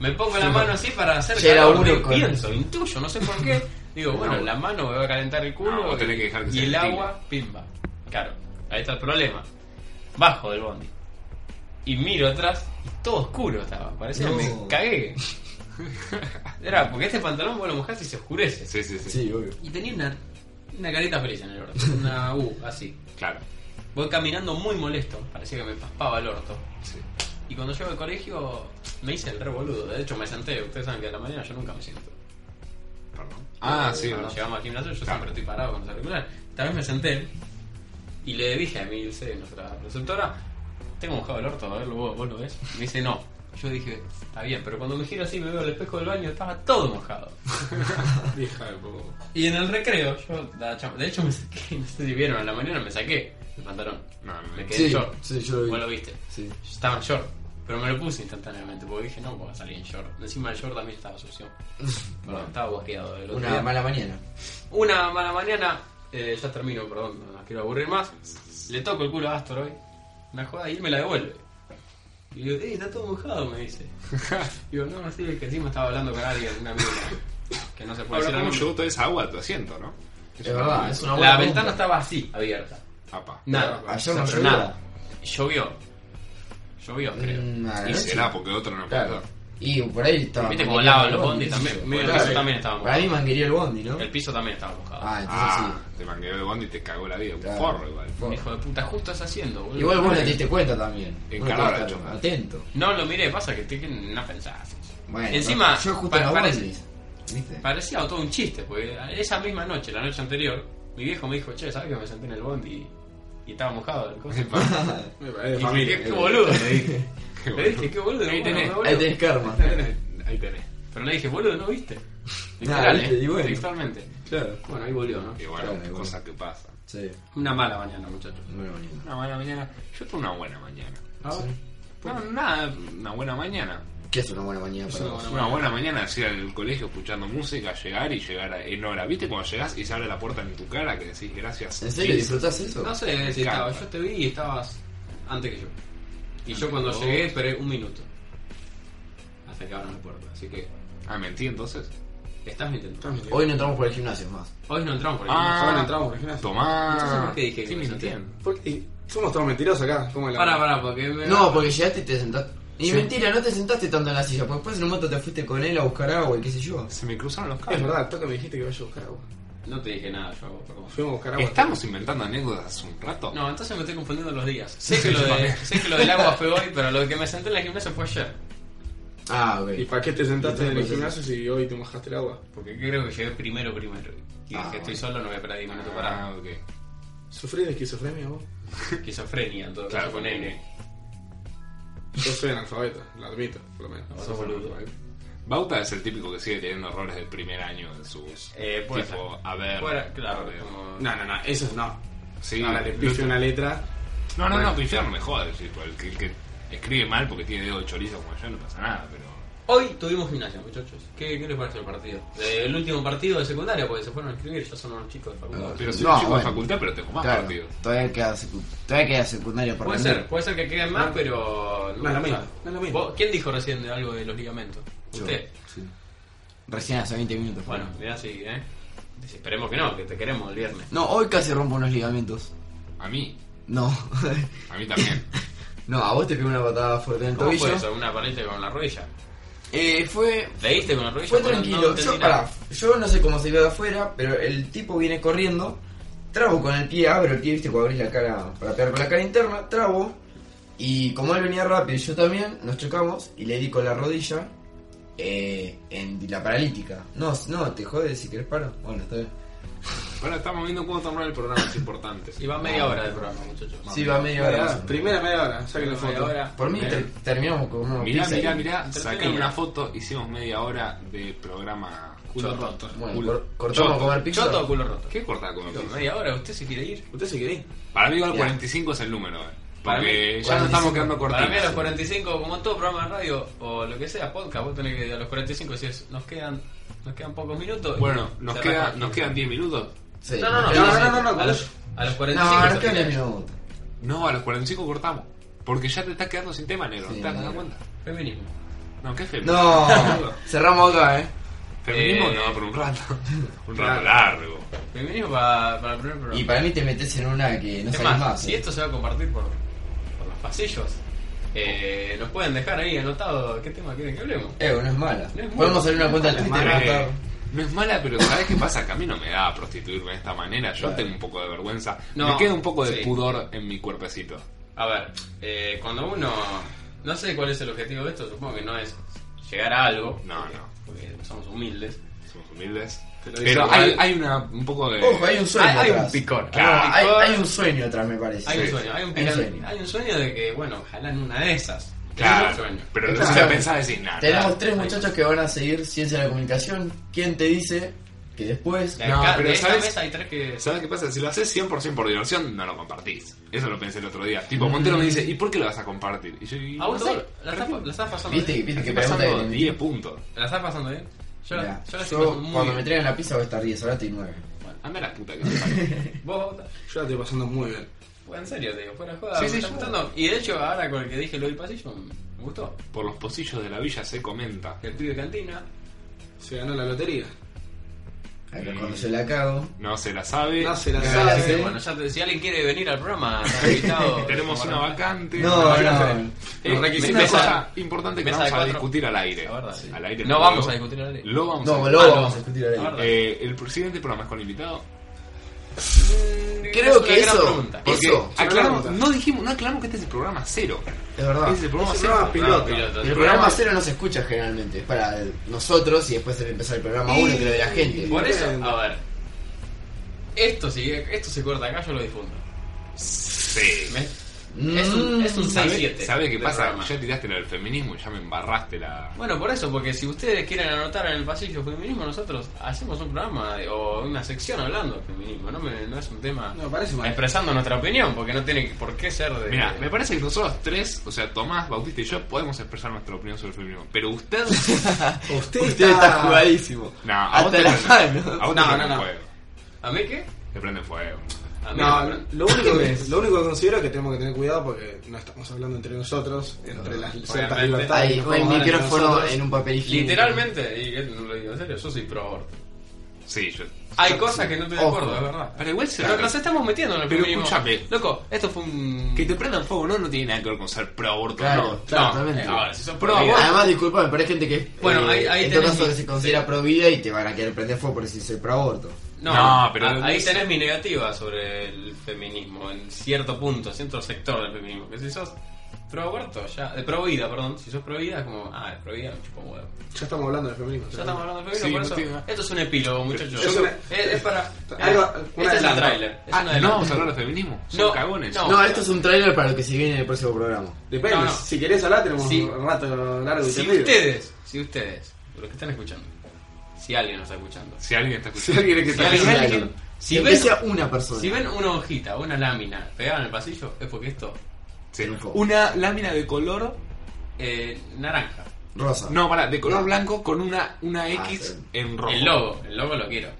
Speaker 4: Me pongo la mano así para hacer
Speaker 3: Ya era
Speaker 4: calor,
Speaker 3: uno
Speaker 4: de-
Speaker 3: con-
Speaker 4: pienso, intuyo, no sé por qué. Digo, bueno, la mano me va a calentar el culo
Speaker 5: No, vos tenés que dejar que
Speaker 4: y
Speaker 5: se
Speaker 4: el
Speaker 5: ventile.
Speaker 4: agua, pimba. Claro, ahí está el problema. Bajo del bondi. Y miro atrás y todo oscuro estaba, parecía que me
Speaker 3: No.
Speaker 4: cagué. Era porque este pantalón vos lo mojás y se oscurece.
Speaker 5: Sí, sí, sí.
Speaker 3: Sí, obvio.
Speaker 4: Y tenía una, una carita feliz en el orto, una U, así.
Speaker 5: Claro.
Speaker 4: Voy caminando muy molesto, parecía que me paspaba el orto.
Speaker 5: Sí.
Speaker 4: Y cuando llego al colegio me hice el re boludo. De hecho me senté, ustedes saben que a la mañana yo nunca me siento.
Speaker 5: Perdón. Ah, sí,
Speaker 4: Cuando
Speaker 5: no.
Speaker 4: llegamos al gimnasio yo
Speaker 5: Claro.
Speaker 4: siempre estoy parado con los auriculares. Esta vez me senté y le dije a Milce, nuestra preceptora, tengo mojado el orto, a verlo vos, vos lo ves. Me dice no. Yo dije, está bien, pero cuando me giro así me veo el espejo del baño, estaba todo mojado.
Speaker 2: Hija de poco.
Speaker 4: Y en el recreo, yo, la cham- de hecho, me saqué, no sé si vieron, en la mañana me saqué el pantalón.
Speaker 5: No, no,
Speaker 4: me
Speaker 5: no.
Speaker 4: quedé en
Speaker 3: Sí,
Speaker 4: short.
Speaker 3: sí, yo lo vi.
Speaker 4: Vos lo viste.
Speaker 3: Sí.
Speaker 4: Yo estaba en short, pero me lo puse instantáneamente porque dije, no, voy a salir en short. Encima el short también estaba sucio. Perdón, estaba guasqueado del otro
Speaker 3: Una
Speaker 4: día.
Speaker 3: mala mañana.
Speaker 4: Una mala mañana, eh, ya termino, perdón, no las quiero aburrir más. Le toco el culo a Astor hoy, una joda, y él me la devuelve. Y digo, eh, está todo mojado, me dice. digo, no, no sirve que encima estaba hablando con alguien, una amiga que no se puede decir
Speaker 5: Ahora,
Speaker 4: el
Speaker 5: ¿cómo
Speaker 4: nombre.
Speaker 5: llegó toda esa agua a tu asiento, no?
Speaker 3: Es verdad, es una buena
Speaker 4: La
Speaker 3: pregunta.
Speaker 4: ventana estaba así, abierta.
Speaker 5: Apa.
Speaker 4: Nada.
Speaker 3: Ayer no
Speaker 4: Pero
Speaker 3: llovió.
Speaker 4: nada. Llovió. Llovió, creo.
Speaker 3: Mm, a la
Speaker 5: Y
Speaker 3: noche.
Speaker 5: será porque otro no puede
Speaker 3: Claro. Y por ahí estaba.
Speaker 4: Viste como
Speaker 3: como
Speaker 4: lava los bondi también.
Speaker 2: medio
Speaker 4: el
Speaker 2: raro.
Speaker 4: piso también estaba
Speaker 3: Para
Speaker 4: mojado.
Speaker 3: mí manguería el bondi, ¿no?
Speaker 4: El piso también estaba mojado.
Speaker 3: Ah, entonces
Speaker 5: Ah, te mangueó de bondi y te cagó la vida. Un
Speaker 3: Claro.
Speaker 5: forro igual.
Speaker 3: sí. Bueno.
Speaker 4: Hijo de puta, justo estás haciendo, boludo.
Speaker 3: Igual vos
Speaker 4: no,
Speaker 3: no te diste cuenta también.
Speaker 5: En
Speaker 3: Vos
Speaker 5: Canadá,
Speaker 3: estabas
Speaker 5: chumba.
Speaker 3: Atento.
Speaker 4: no lo miré, pasa que te, que no pensás.
Speaker 3: Bueno,
Speaker 4: Encima,
Speaker 3: yo justo
Speaker 4: pa-
Speaker 3: en la
Speaker 4: parece-
Speaker 3: bondi, ¿Viste?
Speaker 4: Parecía todo un chiste, porque esa misma noche, la noche anterior, mi viejo me dijo, che, ¿sabes que me senté en el bondi y, y estaba mojado? el coso?" Y
Speaker 2: Me parece de
Speaker 4: dije,
Speaker 2: Eh, familia.
Speaker 4: "Qué- qué boludo, le dije.
Speaker 5: Qué
Speaker 4: Le dije, qué boludo.
Speaker 5: Ahí
Speaker 4: bueno,
Speaker 5: tenés.
Speaker 4: boludo".
Speaker 3: Ahí tenés karma.
Speaker 5: Ahí tenés.
Speaker 4: Pero le dije, boludo, ¿no viste?
Speaker 3: Nah,
Speaker 4: Literal,
Speaker 3: Ah, viste,
Speaker 4: ¿eh?
Speaker 3: y bueno.
Speaker 4: Literalmente.
Speaker 3: claro.
Speaker 4: Bueno, ahí volvió, ¿no?
Speaker 5: Y bueno,
Speaker 3: Claro, igual.
Speaker 5: cosas que pasan.
Speaker 3: Sí,
Speaker 4: Una mala mañana, muchachos.
Speaker 3: muy bonito.
Speaker 5: Una buena mañana. Yo tuve una buena mañana.
Speaker 3: Sí.
Speaker 5: No, nada, una buena mañana.
Speaker 3: ¿Qué es una buena mañana para
Speaker 2: una
Speaker 3: vos?
Speaker 5: Una buena mañana es ir al colegio escuchando música, llegar y llegar a- en hora. ¿Viste cuando llegás y se abre la puerta en tu cara que decís gracias?
Speaker 3: ¿En serio
Speaker 5: Dios?
Speaker 3: disfrutás eso?
Speaker 4: No sé si
Speaker 5: encanta.
Speaker 4: estaba, yo te vi y estabas antes que yo. Y
Speaker 5: Antes
Speaker 4: yo cuando
Speaker 5: que vos.
Speaker 4: llegué esperé un minuto. Hasta que abran la puerta, así que
Speaker 5: Ah, mentí entonces.
Speaker 4: Estás mintiendo.
Speaker 2: Hoy
Speaker 3: Hoy no entramos por el gimnasio más.
Speaker 4: Hoy no entramos por
Speaker 5: Ah.
Speaker 4: gimnasio.
Speaker 2: no entramos, por ejemplo.
Speaker 4: Entonces,
Speaker 5: Tomá.
Speaker 4: ¿por qué dije que
Speaker 5: Sí,
Speaker 4: me
Speaker 5: me
Speaker 4: sentían?
Speaker 5: entiendo.
Speaker 2: Porque- y somos todos mentirosos acá. ¿Cómo la
Speaker 4: Pará, pará, porque. me-
Speaker 3: No,
Speaker 5: pues-
Speaker 3: porque llegaste y te sentaste. Y
Speaker 2: Sí.
Speaker 3: mentira, no te sentaste tanto en la silla, porque después en un momento te fuiste con él a buscar agua y qué sé yo.
Speaker 5: Se me cruzaron los
Speaker 2: Es
Speaker 5: cables.
Speaker 2: verdad, toca me dijiste que vaya a buscar agua.
Speaker 4: No te dije nada, yo, perdón.
Speaker 2: Fuimos a buscar agua.
Speaker 5: Estamos inventando anécdotas hace un rato.
Speaker 4: No, entonces me estoy confundiendo los días. Sé,
Speaker 5: Sí,
Speaker 4: que, lo
Speaker 5: yo
Speaker 4: de,
Speaker 5: también.
Speaker 4: sé que lo del agua fue hoy, pero lo de que me senté en la gimnasia fue ayer.
Speaker 3: Ah, ok.
Speaker 2: ¿Y para qué te sentaste en el
Speaker 3: Entonces,
Speaker 2: gimnasio si hoy te mojaste el agua?
Speaker 4: Porque creo que llegué primero, primero. Y dije, estoy solo, no voy a perder 10 minutos para
Speaker 5: Ah, ok.
Speaker 2: ¿Sufrís de esquizofrenia vos?
Speaker 4: esquizofrenia, en todo
Speaker 5: Claro.
Speaker 4: caso, con N.
Speaker 2: Yo soy analfabeto, lo admito, por lo menos.
Speaker 4: No, sos boludo.
Speaker 5: Bauta es el típico que sigue teniendo errores del primer año en sus.
Speaker 4: Eh, puede
Speaker 5: tipo,
Speaker 4: ser.
Speaker 5: a ver.
Speaker 4: Fuera, claro,
Speaker 5: a ver.
Speaker 4: como-
Speaker 2: No, no, no, eso es no.
Speaker 5: Sí,
Speaker 2: Ahora le
Speaker 5: lo-
Speaker 2: pifio una letra.
Speaker 5: No, no,
Speaker 2: Bueno.
Speaker 5: no, pifiar no me jode. tipo, el, que- el que escribe mal porque tiene dedo de chorizo como yo no pasa nada, pero.
Speaker 4: Hoy tuvimos gimnasia, muchachos. ¿Qué, qué les parece el partido? Eh, el último partido de secundaria, porque se fueron a escribir, ya son unos chicos de facultad.
Speaker 5: Pero si
Speaker 3: No,
Speaker 5: un chico
Speaker 3: bueno.
Speaker 5: de facultad, pero te jugás
Speaker 3: Claro,
Speaker 5: partidos.
Speaker 3: todavía queda, secu- todavía queda secundario por
Speaker 4: Puede
Speaker 3: vender.
Speaker 4: ser, puede ser que queden más, pero...
Speaker 2: No es lo mismo, no es lo mismo.
Speaker 4: ¿Vos- ¿Quién dijo recién de algo de los ligamentos?
Speaker 3: Yo,
Speaker 4: Usted.
Speaker 3: sí. Recién hace 20 minutos.
Speaker 4: Bueno, mirá si, ¿eh? Dice, Esperemos que no, que te queremos el viernes.
Speaker 3: No, hoy casi rompo unos ligamentos.
Speaker 5: A mí,
Speaker 3: No.
Speaker 5: a mí también.
Speaker 3: no, a vos te pegó una patada fuerte en el
Speaker 4: ¿Cómo
Speaker 3: tobillo.
Speaker 4: fue eso? ¿Una paleta con la rodilla?
Speaker 3: Eh, fue
Speaker 4: ¿Leíste con la rodilla?
Speaker 3: Fue
Speaker 4: Porque no-
Speaker 3: tranquilo.
Speaker 4: no entendí
Speaker 3: yo,
Speaker 4: nada.
Speaker 3: pará, yo no sé cómo se vio de afuera, pero el tipo viene corriendo. Trabo con el pie, abro el pie, viste, cuando abrís la cara para pegar con la cara interna, trabo. Y como él venía rápido y yo también, nos chocamos y le di con la rodilla eh, en la paralítica. No, no, te jodes si querés paro. Bueno, está bien.
Speaker 5: Ahora estamos viendo cómo tomar el programa, es importante.
Speaker 4: Y va media hora de programa, muchachos.
Speaker 3: Sí, va media hora.
Speaker 2: Media
Speaker 3: más o
Speaker 2: hora,
Speaker 3: menos.
Speaker 2: Primera media hora, saquen la
Speaker 4: Media
Speaker 2: foto.
Speaker 4: hora.
Speaker 3: Por mí ter- terminamos con una
Speaker 5: Mirá,
Speaker 3: pizza
Speaker 5: mirá,
Speaker 3: y-
Speaker 5: mirá, saqué
Speaker 4: Entretenida.
Speaker 5: una foto, hicimos media hora de programa.
Speaker 2: Culo roto.
Speaker 3: Bueno,
Speaker 5: Culo.
Speaker 3: cor- cortamos
Speaker 5: Choto,
Speaker 3: a comer pizza.
Speaker 4: Choto o culo roto.
Speaker 5: ¿Qué corta como
Speaker 4: No,
Speaker 5: pizza?
Speaker 4: Media hora, usted se quiere ir.
Speaker 2: ¿Usted se quería?
Speaker 5: Para mí, igual
Speaker 3: Ya.
Speaker 5: 45 es el número, eh.
Speaker 4: Para mí,
Speaker 5: Porque ya nos
Speaker 3: 45.
Speaker 5: estamos quedando cortitos.
Speaker 4: Para mí a los 45, como en todo programa de radio o lo que sea, podcast, vos tenés que a los 45 si es, nos quedan nos quedan pocos minutos.
Speaker 5: Bueno,
Speaker 4: y
Speaker 5: nos,
Speaker 4: cerrás
Speaker 5: queda,
Speaker 4: con-
Speaker 5: nos quedan 10 minutos.
Speaker 3: Sí.
Speaker 4: No, no, no,
Speaker 2: No,
Speaker 4: sí,
Speaker 2: no,
Speaker 4: sí,
Speaker 2: no, no,
Speaker 4: a, los, a los 45
Speaker 3: No,
Speaker 4: se
Speaker 3: no queda ni
Speaker 4: termina.
Speaker 3: minuto.
Speaker 5: No, a los 45 cortamos. Porque ya te estás quedando sin tema, negro.
Speaker 3: Sí,
Speaker 5: ¿Te das
Speaker 3: negro.
Speaker 5: cuenta?
Speaker 4: Feminismo.
Speaker 5: No, qué feminismo.
Speaker 3: No, cerramos acá, eh.
Speaker 5: Feminismo
Speaker 4: Eh,
Speaker 5: no, por un rato. un rato largo.
Speaker 4: Feminismo para, para el primer programa.
Speaker 3: Y para mí te metes en una que no
Speaker 4: es
Speaker 3: sabes
Speaker 4: más,
Speaker 3: más.
Speaker 4: si
Speaker 3: eh.
Speaker 4: esto se va a compartir por, por los pasillos, eh, nos pueden dejar ahí anotado qué tema quieren que hablemos.
Speaker 3: Eh, no es mala.
Speaker 4: No es mala.
Speaker 3: Podemos hacer una cuenta de Twitter
Speaker 5: Mala,
Speaker 3: para
Speaker 5: eh.
Speaker 3: estar.
Speaker 5: No es mala, pero ¿sabes qué pasa? Que a mí no me da prostituirme de esta manera. Yo tengo un poco de vergüenza.
Speaker 4: No,
Speaker 5: me queda un poco de
Speaker 4: sí.
Speaker 5: pudor en mi cuerpecito.
Speaker 4: A ver, eh, cuando uno. No sé cuál es el objetivo de esto, supongo que no es llegar a algo.
Speaker 5: No,
Speaker 4: porque-
Speaker 5: no.
Speaker 4: Porque somos humildes.
Speaker 5: Somos humildes.
Speaker 2: Te lo dice
Speaker 5: Pero
Speaker 2: igual.
Speaker 5: hay, hay una, un poco de.
Speaker 3: Ojo, hay un sueño.
Speaker 4: hay- hay
Speaker 3: atrás.
Speaker 4: un picor.
Speaker 3: Claro,
Speaker 4: Hay un
Speaker 3: hay,
Speaker 4: picor.
Speaker 3: hay un sueño atrás, me parece.
Speaker 4: Hay un
Speaker 3: Sí.
Speaker 4: sueño, hay un,
Speaker 3: Hay un
Speaker 4: pilar-
Speaker 3: sueño.
Speaker 4: hay un sueño de que, bueno, ojalá en una de esas. Hay un
Speaker 5: Claro,
Speaker 4: sueño.
Speaker 5: pero no
Speaker 3: Escuchame.
Speaker 5: se pensaba decir nada.
Speaker 4: Ah,
Speaker 3: Tenemos tres muchachos que van a seguir ciencia de la comunicación. ¿Quién te dice que después?
Speaker 4: De
Speaker 5: No,
Speaker 4: acá-
Speaker 5: pero
Speaker 4: de esta
Speaker 5: ¿sabes?
Speaker 4: mesa hay tres que.
Speaker 5: ¿Sabes qué pasa? Si lo haces 100% por diversión, no lo compartís. Eso lo pensé el otro día. Tipo, Montero me dice, ¿y por qué lo vas a compartir? Y yo, y,
Speaker 4: Ah, vos
Speaker 5: no
Speaker 4: todo-
Speaker 5: sé,
Speaker 4: la estás
Speaker 5: tranquilo.
Speaker 4: la estás pasando
Speaker 3: ¿Viste,
Speaker 4: bien.
Speaker 3: viste que
Speaker 5: Estoy
Speaker 3: pregunta
Speaker 5: pasando
Speaker 3: que-
Speaker 5: 10 puntos.
Speaker 4: ¿La estás pasando bien? Yo, la-
Speaker 3: Mirá,
Speaker 4: yo la estoy
Speaker 3: yo,
Speaker 4: pasando muy
Speaker 3: cuando me
Speaker 4: bien.
Speaker 3: traigan la pizza voy a estar 10, ahora estoy 9.
Speaker 5: Anda la puta que te parió.
Speaker 4: Vos, Bauta?
Speaker 2: Yo la estoy pasando muy bien.
Speaker 4: Bueno, en serio, te digo, fuera de joda.
Speaker 5: Sí,
Speaker 4: me
Speaker 5: sí,
Speaker 4: está
Speaker 5: yo-
Speaker 4: gustando. Y de hecho, ahora con el que dije lo del pasillo, me gustó.
Speaker 5: Por los pocillos de la villa se comenta.
Speaker 4: El pibe de cantina.
Speaker 2: Se ganó la lotería.
Speaker 3: Acá cuando yo la cago.
Speaker 5: No se la sabe.
Speaker 2: No se la
Speaker 3: Gracias.
Speaker 2: sabe.
Speaker 4: Ah, Bueno, ya te, si alguien quiere venir al programa, está invitado.
Speaker 5: ¿eh? Tenemos
Speaker 4: Como
Speaker 5: una
Speaker 4: ahora.
Speaker 5: vacante.
Speaker 3: No,
Speaker 2: gracias.
Speaker 3: no.
Speaker 5: Eh,
Speaker 2: Los requisitos
Speaker 5: una cosa
Speaker 4: son-
Speaker 5: importante que
Speaker 4: mesa
Speaker 5: vamos
Speaker 4: de
Speaker 5: a
Speaker 4: cuatro.
Speaker 5: discutir al aire.
Speaker 4: La verdad, sí.
Speaker 5: Al aire
Speaker 4: No
Speaker 5: porque
Speaker 4: vamos
Speaker 5: lo-
Speaker 4: a discutir al aire.
Speaker 5: Lo vamos
Speaker 3: No,
Speaker 5: a
Speaker 3: luego
Speaker 4: Ah, lo
Speaker 3: vamos
Speaker 4: vamos
Speaker 3: a
Speaker 4: a-
Speaker 3: discutir ahí.
Speaker 4: la verdad.
Speaker 5: Eh, el siguiente programa es con invitado.
Speaker 3: Creo que
Speaker 4: Es una gran
Speaker 3: eso-
Speaker 4: pregunta.
Speaker 3: Eso,
Speaker 5: Porque
Speaker 3: yo
Speaker 5: aclaramos,
Speaker 2: pregunta.
Speaker 5: no dijimos, no aclaramos que este es el programa cero.
Speaker 3: Es verdad.
Speaker 5: Este es el programa
Speaker 2: Es el
Speaker 5: cero.
Speaker 2: programa piloto.
Speaker 4: piloto.
Speaker 3: El programa cero no se escucha generalmente, es para el- nosotros y después se empieza el programa
Speaker 2: Y-
Speaker 3: 1 que lo de la gente.
Speaker 4: Por eso, a ver. Esto, si, esto se corta acá, yo lo difundo.
Speaker 5: Sí.
Speaker 4: Me- Es un, es
Speaker 3: Mm,
Speaker 4: un
Speaker 5: ¿Sabes
Speaker 4: 6-7.
Speaker 5: ¿sabe qué
Speaker 4: del
Speaker 5: pasa?
Speaker 4: programa.
Speaker 5: Ya tiraste lo del feminismo y ya me embarraste la.
Speaker 4: Bueno, por eso, porque si ustedes quieren anotar en el pasillo feminismo, nosotros hacemos un programa de- o una sección hablando de feminismo. No, me- no es un tema
Speaker 2: No, parece mal.
Speaker 4: expresando nuestra opinión, porque no tiene por qué ser de.
Speaker 5: Mira, me parece que nosotros tres, o sea, Tomás, Bautista y yo, podemos expresar nuestra opinión sobre el feminismo. Pero usted.
Speaker 2: Usted,
Speaker 3: Usted está jugadísimo.
Speaker 5: no, a vos
Speaker 3: Hasta
Speaker 5: te
Speaker 3: la
Speaker 5: prenden,
Speaker 3: mano.
Speaker 5: a vos te
Speaker 2: No,
Speaker 5: prenden
Speaker 2: no, no.
Speaker 5: fuego.
Speaker 4: ¿A mí qué?
Speaker 5: Te prenden fuego.
Speaker 4: A mí
Speaker 2: No,
Speaker 4: me paran.
Speaker 2: lo único, que, lo único que considero es que tenemos que tener cuidado porque no estamos hablando entre nosotros, entre las ciertas
Speaker 4: Obviamente.
Speaker 2: libertades.
Speaker 3: Ahí,
Speaker 2: que nos
Speaker 3: el
Speaker 2: podemos dar entre
Speaker 3: micrófono
Speaker 2: nosotros.
Speaker 3: en un papel higiénico.
Speaker 4: Literalmente, y que no lo digo en serio, yo soy pro aborto.
Speaker 5: Sí, yo.
Speaker 4: Hay cosas que no estoy de
Speaker 3: Ojo.
Speaker 4: acuerdo, es verdad.
Speaker 5: Pero igual se
Speaker 4: Pero
Speaker 5: la-
Speaker 4: nos estamos metiendo en el
Speaker 5: Pero
Speaker 4: feminismo.
Speaker 5: escúchame.
Speaker 4: Loco, esto fue un.
Speaker 5: Que te prendan fuego, no, no tiene nada que ver con ser pro aborto.
Speaker 3: Claro,
Speaker 5: no.
Speaker 3: claro,
Speaker 5: No.
Speaker 3: totalmente.
Speaker 5: Ahora, si sos pro
Speaker 4: Porque-
Speaker 5: aborto.
Speaker 3: Además, disculpame, pero hay gente que eh,
Speaker 4: Bueno, ahí- ahí
Speaker 3: en todo
Speaker 4: tenés
Speaker 3: caso
Speaker 4: mi-
Speaker 3: se considera pro vida y te van a querer prender fuego por si soy pro aborto.
Speaker 4: No,
Speaker 5: No, pero-
Speaker 4: a- ahí tenés mi negativa sobre el feminismo, en cierto punto, cierto sector del feminismo. Que si sos pro aborto, ya. eh, pro vida, perdón. Si sos pro vida, es como. Ah, es pro vida, me chupa un huevo.
Speaker 2: Ya estamos hablando de feminismo.
Speaker 4: Ya estamos hablando de
Speaker 5: Sí,
Speaker 4: feminismo,
Speaker 5: no
Speaker 4: por eso.
Speaker 5: tiene-
Speaker 4: Esto es un epílogo, muchachos. Eh,
Speaker 2: Es una-
Speaker 4: Es, es para.
Speaker 2: Algo-
Speaker 4: este
Speaker 2: una
Speaker 4: es el
Speaker 2: adelanto.
Speaker 4: trailer. Es
Speaker 5: Ah,
Speaker 4: una
Speaker 5: no
Speaker 4: adelanto.
Speaker 5: vamos a hablar de feminismo. Son
Speaker 4: No,
Speaker 5: cagones.
Speaker 4: no.
Speaker 3: No, esto es un trailer para lo que se viene en el próximo programa.
Speaker 2: Depende,
Speaker 4: No, no.
Speaker 2: si querés hablar tenemos
Speaker 4: Sí.
Speaker 2: un rato largo y
Speaker 4: Si
Speaker 2: tendido.
Speaker 4: ustedes, si ustedes, los que están escuchando, si alguien nos está escuchando,
Speaker 5: Si alguien está
Speaker 2: Si
Speaker 5: escuchando.
Speaker 2: alguien que
Speaker 4: si,
Speaker 2: está
Speaker 4: alguien-
Speaker 3: escuchando.
Speaker 4: alguien- si
Speaker 3: Si
Speaker 4: ven,
Speaker 3: sea una persona.
Speaker 4: si ven una hojita, una lámina pegada en el pasillo, es porque esto
Speaker 5: Sí.
Speaker 3: Truco.
Speaker 5: Una lámina de color.
Speaker 4: eh, naranja.
Speaker 3: Rosa.
Speaker 5: No, pará, de color blanco con una, una X
Speaker 3: sí.
Speaker 5: en rojo.
Speaker 4: El logo, el logo lo quiero.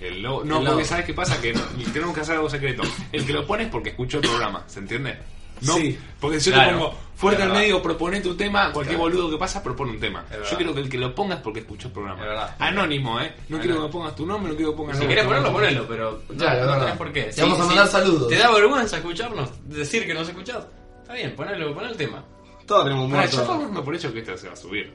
Speaker 5: El logo. No,
Speaker 4: El
Speaker 5: porque
Speaker 4: logo.
Speaker 5: ¿sabes qué pasa? Que tenemos que hacer algo secreto. El que lo pone es porque escuchó el programa, ¿se entiende? No,
Speaker 2: Sí.
Speaker 5: porque si yo
Speaker 4: Claro.
Speaker 5: te pongo fuerte
Speaker 4: Es
Speaker 5: al
Speaker 4: verdad.
Speaker 5: medio, proponete un tema, cualquier
Speaker 4: Claro.
Speaker 5: boludo que pasa propone un tema.
Speaker 4: verdad.
Speaker 5: Yo quiero que el que lo ponga es porque escuchó el programa.
Speaker 4: Es verdad.
Speaker 5: Anónimo, ¿eh? No
Speaker 4: Anónimo.
Speaker 5: quiero que me pongas tu nombre, no quiero que pongas
Speaker 4: Si
Speaker 5: nada.
Speaker 4: querés ponerlo, ponelo, pero no,
Speaker 3: Claro,
Speaker 4: no
Speaker 3: es
Speaker 4: tenés
Speaker 3: verdad.
Speaker 4: por qué.
Speaker 3: Te
Speaker 4: Si-
Speaker 3: vamos a
Speaker 4: si
Speaker 3: mandar saludos.
Speaker 4: ¿Te da vergüenza escucharnos? Decir que nos escuchás. Está bien, ponelo, pon el tema.
Speaker 2: Todos tenemos un
Speaker 5: Pará, yo estaba
Speaker 2: muerto.
Speaker 5: hablando por hecho que esto se va a subir.